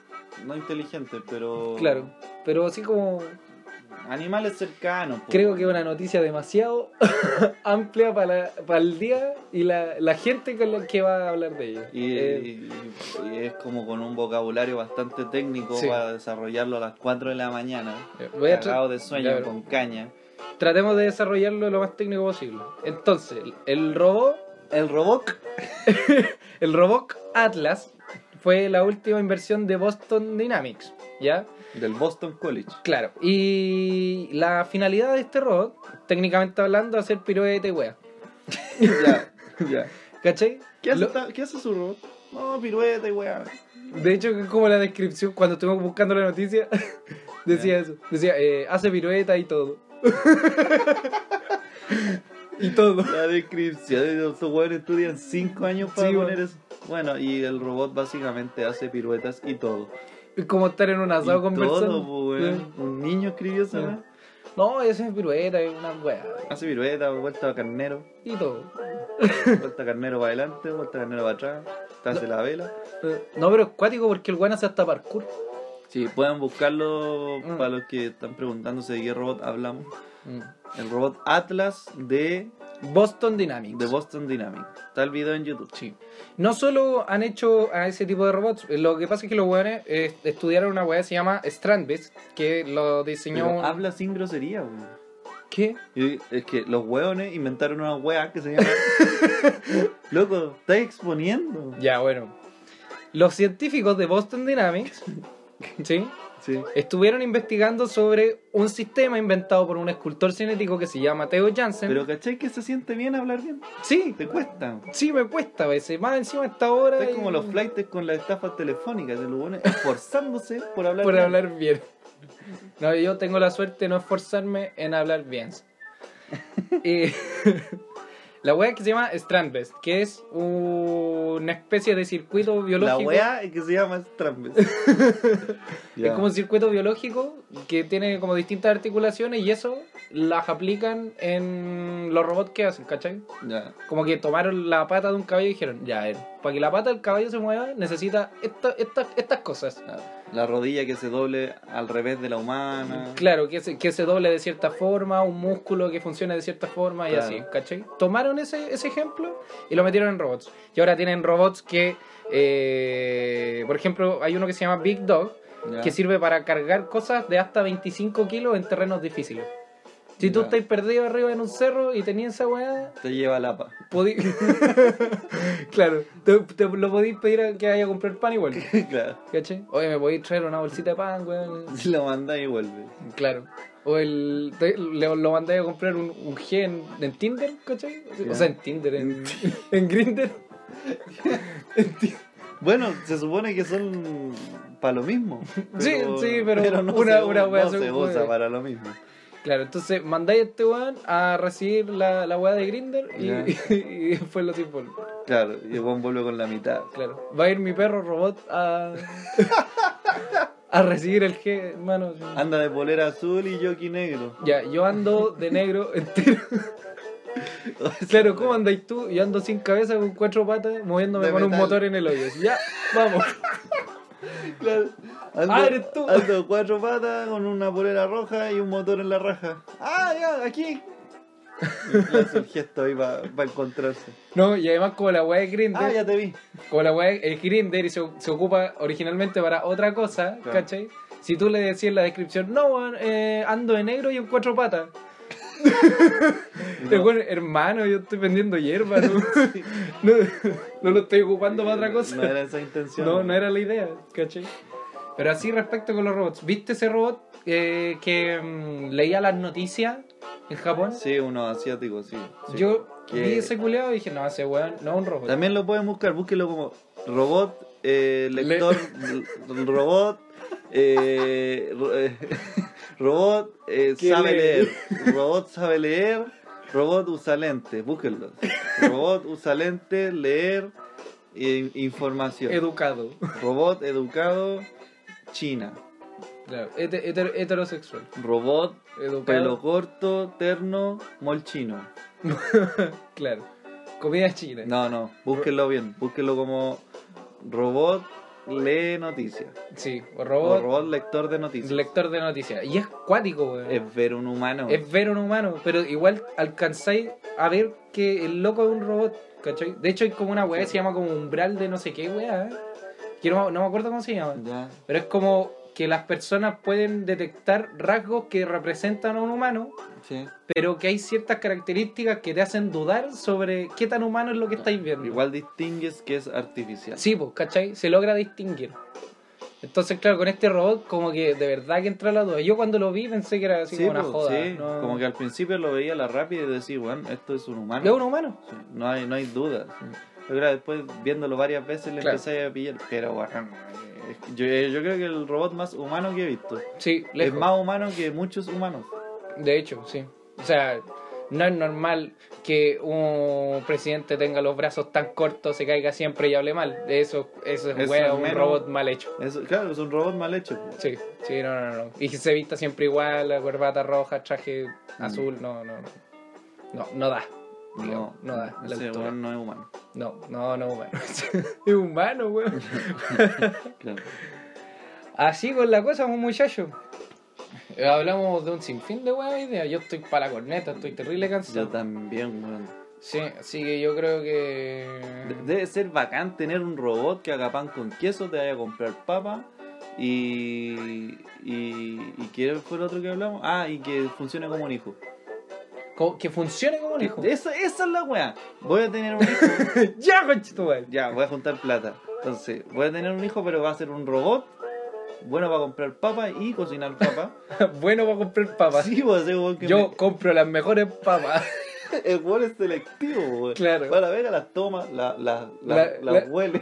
Speaker 2: no inteligentes, pero.
Speaker 1: Claro, pero así como
Speaker 2: Animales cercanos. po.
Speaker 1: creo que es una noticia demasiado amplia para, para el día y la, la gente con la que va a hablar de ella.
Speaker 2: Y,
Speaker 1: Eh,
Speaker 2: y- y es como con un vocabulario bastante técnico
Speaker 1: Sí.
Speaker 2: para desarrollarlo a las 4 de la mañana.
Speaker 1: voy a tra-
Speaker 2: Cagado de sueño,
Speaker 1: Claro.
Speaker 2: con caña.
Speaker 1: Tratemos de desarrollarlo lo más técnico posible. Entonces, el robot,
Speaker 2: El robot
Speaker 1: el robot Atlas fue la última inversión de Boston Dynamics, ¿ya?
Speaker 2: del Boston College.
Speaker 1: Claro. Y la finalidad de este robot, técnicamente hablando, es hacer piruete y wea.
Speaker 2: ya, ya.
Speaker 1: ¿Cachai?
Speaker 2: ¿Qué hace, este
Speaker 1: Lo-
Speaker 2: esta- ¿Qué hace su robot? No, pirueta y weá.
Speaker 1: De hecho, es como la descripción, cuando estuvimos buscando la noticia, decía eso. Decía, eh, hace pirueta y todo. y todo.
Speaker 2: La descripción, los hueones estudian 5 años para
Speaker 1: Sí, weón.
Speaker 2: poner eso. Bueno, y el robot básicamente hace piruetas y todo.
Speaker 1: Es como estar en un
Speaker 2: Y
Speaker 1: asado conversando.
Speaker 2: todo, po, weón. Un niño escribió
Speaker 1: Sí.
Speaker 2: eso, weón.
Speaker 1: No, eso es pirueta, es una weá.
Speaker 2: Hace piruetas, vuelta a carnero,
Speaker 1: Y todo.
Speaker 2: vuelta a carnero para adelante, vuelta a carnero para atrás, te hace la vela.
Speaker 1: Eh, No, pero es cuático porque el weón hace hasta parkour.
Speaker 2: Sí, pueden buscarlo
Speaker 1: Mm.
Speaker 2: para los que están preguntándose de qué robot hablamos. El robot Atlas de,
Speaker 1: Mm. Boston Dynamics.
Speaker 2: de Boston Dynamics. Está el video en YouTube.
Speaker 1: Sí. No solo han hecho a ese tipo de robots, eh, lo que pasa es que los weones eh, estudiaron una weá que se llama Strandbeast, que lo diseñó.
Speaker 2: Pero ah,
Speaker 1: un-
Speaker 2: habla sin grosería, weón.
Speaker 1: ¿Qué?
Speaker 2: Y Es que los hueones inventaron una hueá que se llama. Loco, estás exponiendo.
Speaker 1: Ya, bueno. Los científicos de Boston Dynamics, ¿sí?
Speaker 2: Sí.
Speaker 1: Estuvieron investigando sobre un sistema inventado por un escultor cinético que se llama Theo Jansen.
Speaker 2: Pero ¿cachai que se siente bien hablar bien?
Speaker 1: Sí,
Speaker 2: Te cuesta.
Speaker 1: sí, me cuesta a veces. Más encima a esta hora.
Speaker 2: Es
Speaker 1: y-
Speaker 2: como los flightes con las estafas telefónicas, los hueones esforzándose por hablar
Speaker 1: por
Speaker 2: bien.
Speaker 1: hablar bien. No, yo tengo la suerte de no esforzarme en hablar bien. Eh, la wea que se llama Strandbest, que es una especie de circuito
Speaker 2: La
Speaker 1: biológico.
Speaker 2: hueá que se llama Strambes.
Speaker 1: Es como un circuito biológico que tiene como distintas articulaciones y eso las aplican en los robots que hacen, ¿cachai?
Speaker 2: Ya.
Speaker 1: Como que tomaron la pata de un caballo y dijeron, ya, a ver, para que la pata del caballo se mueva necesita esta- esta- estas cosas.
Speaker 2: La- La rodilla que se doble al revés de la humana.
Speaker 1: Claro, que se, que se doble de cierta forma, un músculo que funcione de cierta forma y
Speaker 2: Claro.
Speaker 1: así, ¿cachai? Tomaron ese, ese ejemplo y lo metieron en robots. Y ahora tienen robots que, eh, por ejemplo, hay uno que se llama Big Dog,
Speaker 2: Ya.
Speaker 1: que sirve para cargar cosas de hasta 25 kilos en terrenos difíciles. Si tú
Speaker 2: Ya.
Speaker 1: estás perdido arriba en un cerro y tenías esa weá,
Speaker 2: Te lleva la pa.
Speaker 1: podí... claro, te, te lo podís pedir a que vaya a comprar pan igual,
Speaker 2: claro.
Speaker 1: ¿cachai? Oye, me podéis traer una bolsita de pan, weón.
Speaker 2: Si lo manda y vuelve.
Speaker 1: Claro. O el, te- le- lo mandé a comprar un, un gen en Tinder, ¿cachai?
Speaker 2: Ya.
Speaker 1: O sea, en Tinder, en, en Grindr.
Speaker 2: Bueno, se supone que son para lo mismo.
Speaker 1: Sí, sí, pero una-
Speaker 2: se,
Speaker 1: una wea
Speaker 2: no
Speaker 1: se
Speaker 2: se
Speaker 1: puede.
Speaker 2: usa para lo mismo.
Speaker 1: Claro, entonces mandáis a este weón a recibir la, la weá de Grindr y,
Speaker 2: Ya.
Speaker 1: y después lo devuelve.
Speaker 2: Claro, y Juan vuelve con la mitad.
Speaker 1: Claro. Va a ir mi perro robot a, a recibir el gen, hermano. sí.
Speaker 2: Anda de polera azul y jockey negro.
Speaker 1: Ya, yo ando de negro entero. Claro, ¿cómo andáis tú? Yo ando sin cabeza con cuatro patas moviéndome
Speaker 2: De
Speaker 1: con un
Speaker 2: metal.
Speaker 1: motor en el hoyo. Ya, vamos.
Speaker 2: Claro. Ando,
Speaker 1: Ah, eres tú.
Speaker 2: ando cuatro patas con una polera roja y un motor en la raja. Ah, ya, aquí. Y le hace el gesto ahí para encontrarse.
Speaker 1: No, y además como la weá de Grindr,
Speaker 2: Ah, ya te vi.
Speaker 1: como la weá es Grindr y se, se ocupa originalmente para otra cosa,
Speaker 2: Claro.
Speaker 1: ¿cachai? Si tú le decís en la descripción, no, weón, eh, ando de negro y en cuatro patas. El weón, hermano, yo estoy vendiendo hierba, no, no, no lo estoy ocupando para otra cosa.
Speaker 2: No era esa intención.
Speaker 1: No, no era la idea, ¿cachai? Pero así respecto con los robots, ¿viste ese robot eh, que mm, leía las noticias en Japón?
Speaker 2: Sí, uno asiático, sí. sí.
Speaker 1: Yo
Speaker 2: Que-
Speaker 1: vi ese culeado y dije, no, ese weón no es un robot.
Speaker 2: También lo pueden buscar, búsquenlo como robot, eh, lector, r- robot, eh, ro- eh, robot eh,
Speaker 1: ¿Qué
Speaker 2: sabe
Speaker 1: lee?
Speaker 2: leer, robot sabe leer, robot usa lentes, búsquenlo. Robot usa lentes, leer, eh, información.
Speaker 1: Educado.
Speaker 2: robot educado, China.
Speaker 1: Claro, hete- hetero- heterosexual.
Speaker 2: Robot, pelo
Speaker 1: Educado.
Speaker 2: corto, terno, molchino.
Speaker 1: Claro. Comida china.
Speaker 2: No, no, búsquenlo bien, búsquenlo como robot lee noticias.
Speaker 1: Sí, o
Speaker 2: O
Speaker 1: robot,
Speaker 2: robot lector de noticias.
Speaker 1: lector de noticias. Y es cuático, weón. Es,
Speaker 2: Es ver un humano.
Speaker 1: ver un humano, pero igual alcanzáis a ver que el loco es un robot, ¿cachai? De hecho, hay como una weá que se llama como umbral de no sé qué weá. Que no, no me acuerdo cómo se llama.
Speaker 2: Ya.
Speaker 1: Pero es como que las personas pueden detectar rasgos que representan a un humano,
Speaker 2: Sí.
Speaker 1: pero que hay ciertas características que te hacen dudar sobre qué tan humano es lo que estáis viendo.
Speaker 2: Igual distingues que es artificial.
Speaker 1: Sí, pues, ¿cachai? Se logra distinguir. Entonces, claro, con este robot como que de verdad que entra la duda. Yo cuando lo vi pensé que era así
Speaker 2: Sí,
Speaker 1: como una
Speaker 2: po,
Speaker 1: joda.
Speaker 2: sí.
Speaker 1: ¿no?
Speaker 2: Como que al principio lo veía a la rápida y decía, bueno, esto es un humano.
Speaker 1: ¿Es un humano?
Speaker 2: Sí, No hay, no hay duda. Pero claro, después viéndolo varias veces le
Speaker 1: Claro.
Speaker 2: empecé a pillar. Pero bueno, eh, yo, yo creo que el robot más humano que he visto.
Speaker 1: Sí, lejos.
Speaker 2: Es más humano que muchos humanos.
Speaker 1: De hecho, sí. O sea, no es normal que un presidente tenga los brazos tan cortos, se caiga siempre y hable mal. Eso, eso es
Speaker 2: Eso
Speaker 1: wea,
Speaker 2: es
Speaker 1: un
Speaker 2: menos-
Speaker 1: robot mal hecho.
Speaker 2: Eso, claro, es un robot mal hecho. po.
Speaker 1: Sí, sí, no, no, no. Y que se vista siempre igual, la corbata roja, traje
Speaker 2: Mm.
Speaker 1: azul, no, no, no. No, no da. Digamos, no, da. la
Speaker 2: ese
Speaker 1: altura.
Speaker 2: weón no es humano.
Speaker 1: No, no, no, humano. es humano, weón.
Speaker 2: Claro.
Speaker 1: Así con la cosa, un muchacho. Eh, Hablamos de un sinfín de weas y de- Yo estoy para la corneta, estoy terrible
Speaker 2: Yo
Speaker 1: cansado.
Speaker 2: también, weón.
Speaker 1: Sí, así que yo creo
Speaker 2: De-
Speaker 1: que.
Speaker 2: Debe ser bacán tener un robot que haga pan con queso, te vaya a comprar papa y. y. y ¿qué fue el otro que hablamos? Ah, y que funcione como un hijo.
Speaker 1: co- Que funcione como un hijo.
Speaker 2: Esa, esa es la weá. Voy a tener un hijo.
Speaker 1: ya, conchetumal.
Speaker 2: ya, voy a juntar plata. Entonces, voy a tener un hijo, pero va a ser un robot. Bueno para comprar papa y cocinar papa.
Speaker 1: bueno para comprar papas.
Speaker 2: Sí, voy a ser un weón que
Speaker 1: yo
Speaker 2: me-
Speaker 1: compro las mejores papas.
Speaker 2: El weón es selectivo, weón.
Speaker 1: Claro.
Speaker 2: Va a la vega, las toma, las la, la,
Speaker 1: La-
Speaker 2: las
Speaker 1: la-
Speaker 2: huele.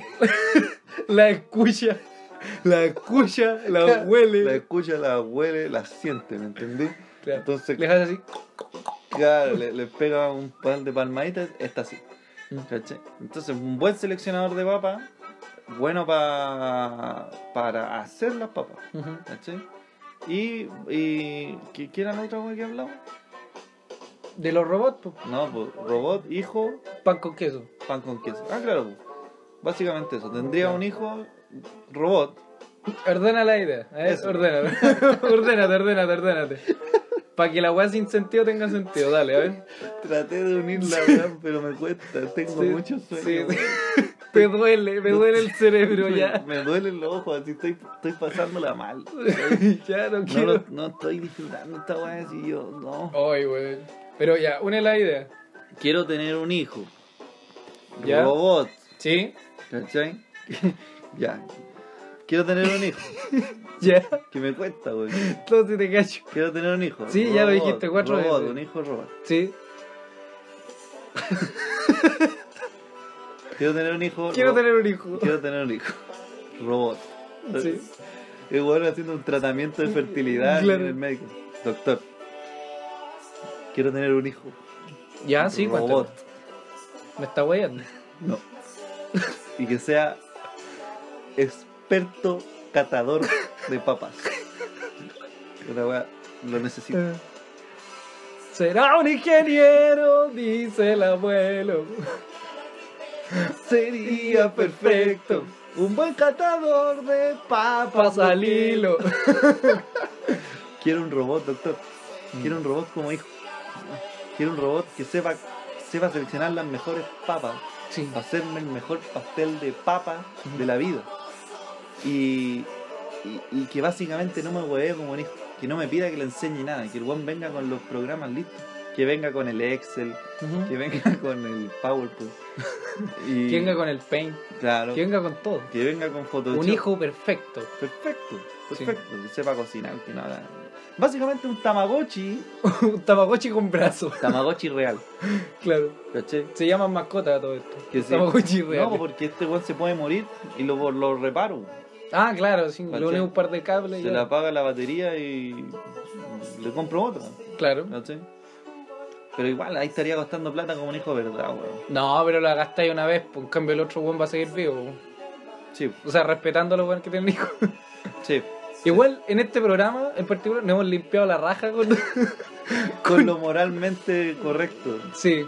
Speaker 1: la escucha. La escucha, la
Speaker 2: La
Speaker 1: huele.
Speaker 2: escucha, las huele, las siente, ¿me entendí?
Speaker 1: Claro.
Speaker 2: Entonces,
Speaker 1: Le hace así.
Speaker 2: Claro, le, le pega un pan de palmaditas, está así.
Speaker 1: Mm.
Speaker 2: ¿cachai? Entonces, un buen seleccionador de papas, bueno pa, para hacer las papas,
Speaker 1: Ujú.
Speaker 2: ¿cachai? Y, y ¿qué, qué era la otra wea que hablamos?
Speaker 1: De los robots, po.
Speaker 2: No, pues, robot, hijo,
Speaker 1: pan con queso.
Speaker 2: pan con queso. Ah, claro, pues, básicamente eso. Tendría
Speaker 1: Claro.
Speaker 2: un hijo robot,
Speaker 1: Ordena la idea. ¿eh?
Speaker 2: Eso.
Speaker 1: Ordénate. ordénate, ordénate, ordénate. Para que la weá sin sentido tenga sentido, dale, a ver.
Speaker 2: Traté de unir la verdad, pero me cuesta. Tengo
Speaker 1: Sí,
Speaker 2: muchos sueños.
Speaker 1: sí, sí.
Speaker 2: weón.
Speaker 1: Me duele, me duele el cerebro
Speaker 2: me,
Speaker 1: ya.
Speaker 2: me duelen los ojos, así estoy, estoy pasándola mal.
Speaker 1: ya no
Speaker 2: No,
Speaker 1: quiero.
Speaker 2: lo- no estoy disfrutando esta weá si yo no.
Speaker 1: Ay, weón. Pero ya, une la idea.
Speaker 2: Oh. Quiero tener un hijo.
Speaker 1: ¿Ya?
Speaker 2: Robot.
Speaker 1: ¿Sí?
Speaker 2: ¿Cachai? ya. Quiero tener un hijo.
Speaker 1: Ya.
Speaker 2: que me cuesta, weón.
Speaker 1: Entonces te cacho.
Speaker 2: Quiero tener un hijo.
Speaker 1: Sí, ya lo dijiste cuatro
Speaker 2: robot,
Speaker 1: veces.
Speaker 2: Un hijo robot.
Speaker 1: Sí.
Speaker 2: Quiero tener un hijo.
Speaker 1: Quiero
Speaker 2: ro-
Speaker 1: tener un hijo.
Speaker 2: Quiero tener un hijo. Robot.
Speaker 1: Sí.
Speaker 2: El weón haciendo un tratamiento de fertilidad
Speaker 1: Claro.
Speaker 2: en el médico. Doctor. Quiero tener un hijo.
Speaker 1: Ya, Ah, sí,
Speaker 2: robot.
Speaker 1: cuánto. Me está weyando.
Speaker 2: No. Y que sea experto catador de papas. Una wea, lo necesito.
Speaker 1: Será un ingeniero, dice el abuelo.
Speaker 2: Sería perfecto. Un buen catador de papas
Speaker 1: Pasa al hilo.
Speaker 2: Quiero un robot, doctor. Quiero un robot como hijo. Quiero un robot que sepa, sepa seleccionar las mejores papas.
Speaker 1: Sí.
Speaker 2: hacerme el mejor pastel de papa de la vida. Y, y, y que básicamente no me hueve como un hijo. Que no me pida que le enseñe nada. Que el one venga con los programas listos. Que venga con el Excel. Que venga con el PowerPoint. Y,
Speaker 1: Que venga con el paint.
Speaker 2: Claro.
Speaker 1: Que venga con todo.
Speaker 2: Que venga con Photoshop.
Speaker 1: Un hijo perfecto.
Speaker 2: Perfecto.
Speaker 1: Sí.
Speaker 2: Perfecto. Que sepa cocinar. Que nada. Básicamente un Tamagotchi.
Speaker 1: un tamagotchi con brazo.
Speaker 2: Tamagotchi real.
Speaker 1: Claro.
Speaker 2: ¿Cachai?
Speaker 1: Se llaman mascota todo esto.
Speaker 2: Que sí.
Speaker 1: Tamagotchi real.
Speaker 2: No, porque este weón se puede morir y lo, lo reparo.
Speaker 1: Ah, claro, sí. Le
Speaker 2: ¿Cachai?
Speaker 1: une un par de cables. y
Speaker 2: Se
Speaker 1: ya.
Speaker 2: le apaga la batería y le compro otra,
Speaker 1: Claro.
Speaker 2: ¿no sé? Pero igual ahí estaría gastando plata como un hijo de verdad, weón.
Speaker 1: No, pero la gastáis una vez, pues, en cambio el otro weón va a seguir vivo. weón.
Speaker 2: Sí,
Speaker 1: O sea, respetando a los weones que tienen hijos.
Speaker 2: sí.
Speaker 1: Igual en este programa en particular nos hemos limpiado la raja con.
Speaker 2: Con lo moralmente correcto.
Speaker 1: sí.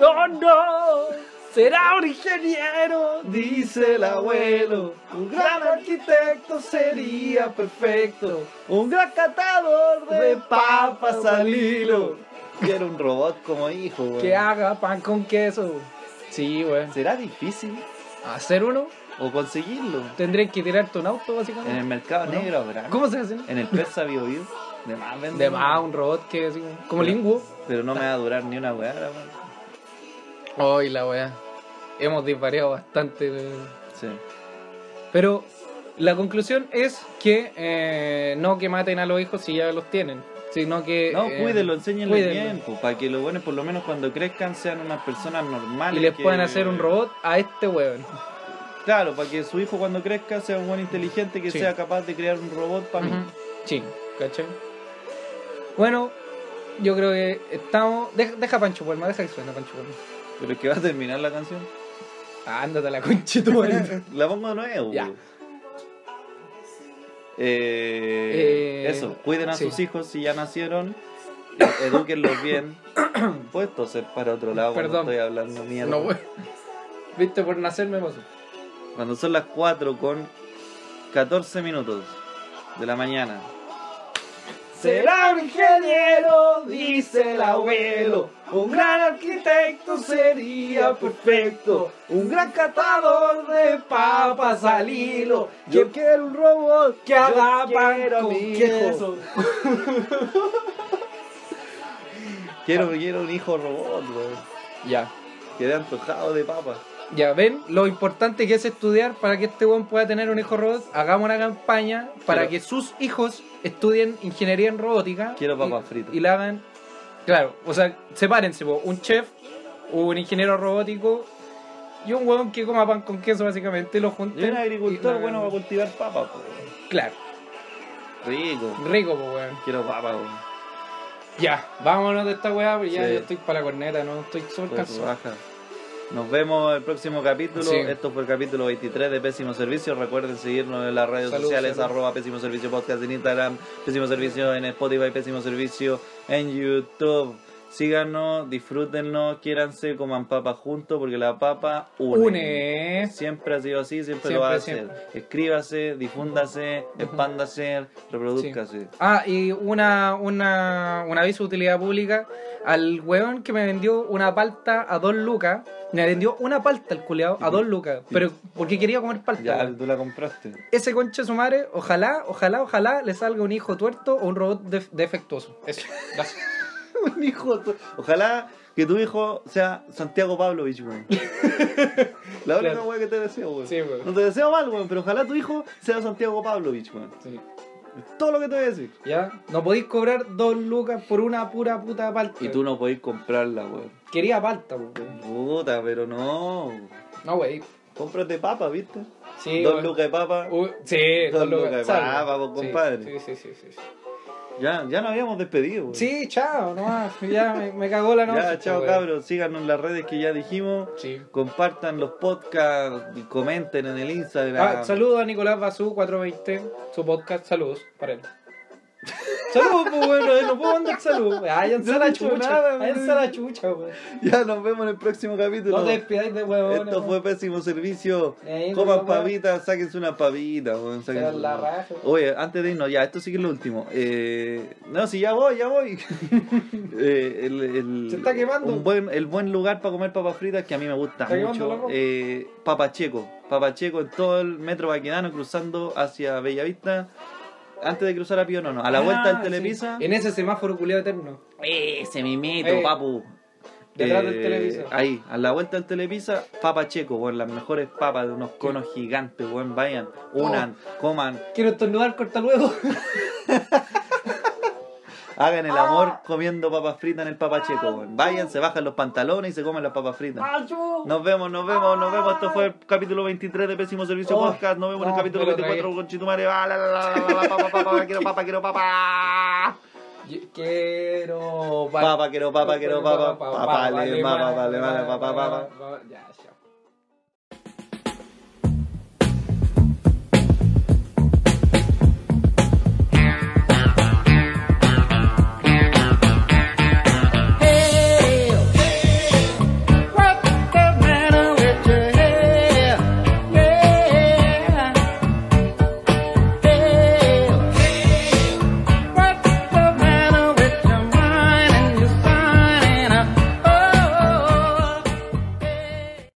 Speaker 1: ¡Oh no! ¡Será un ingeniero! Dice el abuelo.
Speaker 2: Un
Speaker 1: gran
Speaker 2: arquitecto
Speaker 1: Sería perfecto.
Speaker 2: Un gran catador
Speaker 1: de papas al hilo.
Speaker 2: Quiero un robot como hijo, weón.
Speaker 1: Que haga pan con queso. Sí, weón.
Speaker 2: ¿Será difícil?
Speaker 1: Hacer uno,
Speaker 2: ¿O conseguirlo?
Speaker 1: tendrías que tirarte un auto,
Speaker 2: ¿En el
Speaker 1: básicamente.
Speaker 2: mercado
Speaker 1: ¿No?
Speaker 2: negro habrá?
Speaker 1: ¿Cómo se hace? no?
Speaker 2: ¿En el persa bio bio? De más venden.
Speaker 1: De más, un robot que así como- como lingüo.
Speaker 2: Pero no me va a durar ni una weá, weón.
Speaker 1: Hoy la weá. Hemos disparado bastante. weón.
Speaker 2: Sí.
Speaker 1: Pero la conclusión es que eh, no que maten a los hijos si ya los tienen. sino que...
Speaker 2: No,
Speaker 1: eh,
Speaker 2: cuídenlo, enséñenle
Speaker 1: cuídenlo.
Speaker 2: bien, pues, para que los buenos por lo menos cuando crezcan sean unas personas normales.
Speaker 1: Y les
Speaker 2: que-
Speaker 1: pueden hacer un robot a este weón.
Speaker 2: Claro, para que su hijo cuando crezca sea un buen inteligente que
Speaker 1: Sí.
Speaker 2: sea capaz de crear un robot para mí.
Speaker 1: Ujú. Sí, ¿cachai? Bueno, yo creo que estamos... Deja, deja Pancho Palma, deja que suene Pancho Palma.
Speaker 2: Pero es que va a terminar la canción.
Speaker 1: Ándate a la concha tu madre.
Speaker 2: La pongo de nuevo.
Speaker 1: Ya.
Speaker 2: Eh,
Speaker 1: Eh,
Speaker 2: eso, cuiden a
Speaker 1: sí.
Speaker 2: sus hijos si ya nacieron, e- edúquenlos bien. Puedes toser para otro lado
Speaker 1: Perdón.
Speaker 2: cuando estoy hablando mierda.
Speaker 1: No, weón. Viste, por nacer me pasó.
Speaker 2: Cuando son las 4 con 14 minutos de la mañana.
Speaker 1: Será
Speaker 2: un ingeniero, dice
Speaker 1: el abuelo.
Speaker 2: Un gran arquitecto sería perfecto. Un gran catador de
Speaker 1: papas al hilo.
Speaker 2: Yo quiero un robot
Speaker 1: que haga pan con queso.
Speaker 2: Quiero, quiero un hijo robot, weón.
Speaker 1: Ya.
Speaker 2: Quedé antojado de papas.
Speaker 1: Ya ven lo importante que es estudiar para que este buen pueda tener un hijo robot. Hagamos una campaña para
Speaker 2: Pero-
Speaker 1: que sus hijos estudien ingeniería en robótica.
Speaker 2: Quiero
Speaker 1: y-
Speaker 2: papas fritas.
Speaker 1: Y la hagan. Claro, o sea, sepárense, po, un chef, un ingeniero robótico y un huevón que coma pan con queso, básicamente, lo
Speaker 2: Y
Speaker 1: junten.
Speaker 2: un agricultor bueno
Speaker 1: para
Speaker 2: para cultivar papas, weón.
Speaker 1: Claro,
Speaker 2: Rico.
Speaker 1: rico, po, weón.
Speaker 2: Quiero papas, weón.
Speaker 1: Ya, vámonos de esta weá, porque ya
Speaker 2: Sí.
Speaker 1: yo estoy para la corneta, no estoy súper
Speaker 2: Pues,
Speaker 1: cansado.
Speaker 2: baja. Nos vemos el próximo capítulo.
Speaker 1: Sí.
Speaker 2: Esto fue el capítulo 23 de Pésimo Servicio. Recuerden seguirnos en las redes
Speaker 1: Salud,
Speaker 2: sociales,
Speaker 1: salud.
Speaker 2: arroba Pésimo Servicio Podcast en Instagram, Pésimo Servicio en Spotify, Pésimo Servicio en YouTube. Síganos, disfrútennos, quiéranse, coman papa juntos, porque la papa une.
Speaker 1: Une.
Speaker 2: Siempre ha sido así, siempre,
Speaker 1: Siempre,
Speaker 2: lo va a
Speaker 1: siempre.
Speaker 2: hacer. Escríbase, difúndase, expándase, reproduzcase.
Speaker 1: Ah, y una, una, un aviso de utilidad pública al weón que me vendió una palta a dos lucas. Me vendió una palta el culeado a dos lucas, pero porque quería comer palta.
Speaker 2: Ya,
Speaker 1: weón.
Speaker 2: tú la compraste.
Speaker 1: Ese conche su madre, ojalá, ojalá, ojalá le salga un hijo tuerto o un robot def- defectuoso. Eso, gracias.
Speaker 2: Un hijo. tu- Ojalá que tu hijo sea Santiago Pavlovich, weón. La única
Speaker 1: Claro.
Speaker 2: weón que te deseo, weón.
Speaker 1: Sí, weón.
Speaker 2: No te deseo mal, weón, pero ojalá tu hijo sea Santiago Pavlovich, weón.
Speaker 1: Sí.
Speaker 2: Es Todo lo que te voy a decir.
Speaker 1: ¿Ya? No podéis cobrar dos lucas por una pura puta palta.
Speaker 2: Y tú no podés comprarla, weón.
Speaker 1: Quería palta, po, weón.
Speaker 2: Puta, pero no.
Speaker 1: No, wey.
Speaker 2: Cómprate papa, ¿viste?
Speaker 1: Sí,
Speaker 2: Dos
Speaker 1: weón.
Speaker 2: lucas de papa.
Speaker 1: Uh, sí,
Speaker 2: Dos
Speaker 1: dos lucas.
Speaker 2: lucas,
Speaker 1: salvo.
Speaker 2: brava, vos,
Speaker 1: Sí,
Speaker 2: compadre.
Speaker 1: Sí, sí, sí. Sí, sí.
Speaker 2: Ya, ya nos habíamos despedido, weón.
Speaker 1: Sí, chao, nomás. Ya me, me cagó la noche.
Speaker 2: Ya, chao,
Speaker 1: pues,
Speaker 2: cabros. Síganos en las redes que ya dijimos.
Speaker 1: Sí.
Speaker 2: Compartan los podcasts y comenten en el Instagram.
Speaker 1: Ah, saludos a Nicolás Basú, 420, su podcast. Saludos para él. saludos, pues, bueno, no puedo mandar saludos. pues. Váyanse
Speaker 2: No
Speaker 1: a la
Speaker 2: he dicho
Speaker 1: chucha.
Speaker 2: nada,
Speaker 1: Váyanse a
Speaker 2: weón.
Speaker 1: la chucha, pues.
Speaker 2: Ya nos vemos en el próximo capítulo.
Speaker 1: No te despidáis de huevones.
Speaker 2: Esto fue pésimo servicio.
Speaker 1: Eh,
Speaker 2: Coman
Speaker 1: weón.
Speaker 2: pavitas, sáquense una pavita. weón, sáquense
Speaker 1: Pero la
Speaker 2: una-
Speaker 1: raja.
Speaker 2: Oye, antes de irnos, ya, esto sí que es lo último. Eh, no, sí, ya voy, ya voy. Eh, el, el-
Speaker 1: Se está quemando.
Speaker 2: un buen, el buen lugar para comer papas fritas que a mí me gusta
Speaker 1: Está quemando la
Speaker 2: mucho.
Speaker 1: ropa.
Speaker 2: Eh, Papacheco. Papacheco en todo el metro vaquedano cruzando hacia Bellavista. Antes de cruzar a Pío Nono. A la vuelta
Speaker 1: Ah,
Speaker 2: del
Speaker 1: sí.
Speaker 2: Telepisa.
Speaker 1: En ese semáforo culiado eterno.
Speaker 2: Ese mimito,
Speaker 1: Eh,
Speaker 2: papu.
Speaker 1: detrás del
Speaker 2: Eh,
Speaker 1: Televisa.
Speaker 2: Ahí, a la vuelta del Televisa, papa checo, weón, las mejores papas de unos conos gigantes, weón, vayan, unan, coman,
Speaker 1: Quiero estornudar, corta luego.
Speaker 2: hagan el amor comiendo papas fritas en el papa checo, weón. Vayan, se bajan los pantalones y se comen las papas fritas. Nos vemos, nos vemos, nos vemos. Esto fue el capítulo 23 de Pésimo Servicio
Speaker 1: Oh,
Speaker 2: Podcast. Nos vemos en el
Speaker 1: no,
Speaker 2: capítulo
Speaker 1: me lo tragué.
Speaker 2: 24 con Chitumare. Ah, la, la, la, la, la, papa, papa, quiero papa, quiero papa.
Speaker 1: Quiero.
Speaker 2: Papa, quiero papa, quiero papa. Papá, vale, mamá, vale, vale, papá, papá.
Speaker 1: Ya, chao.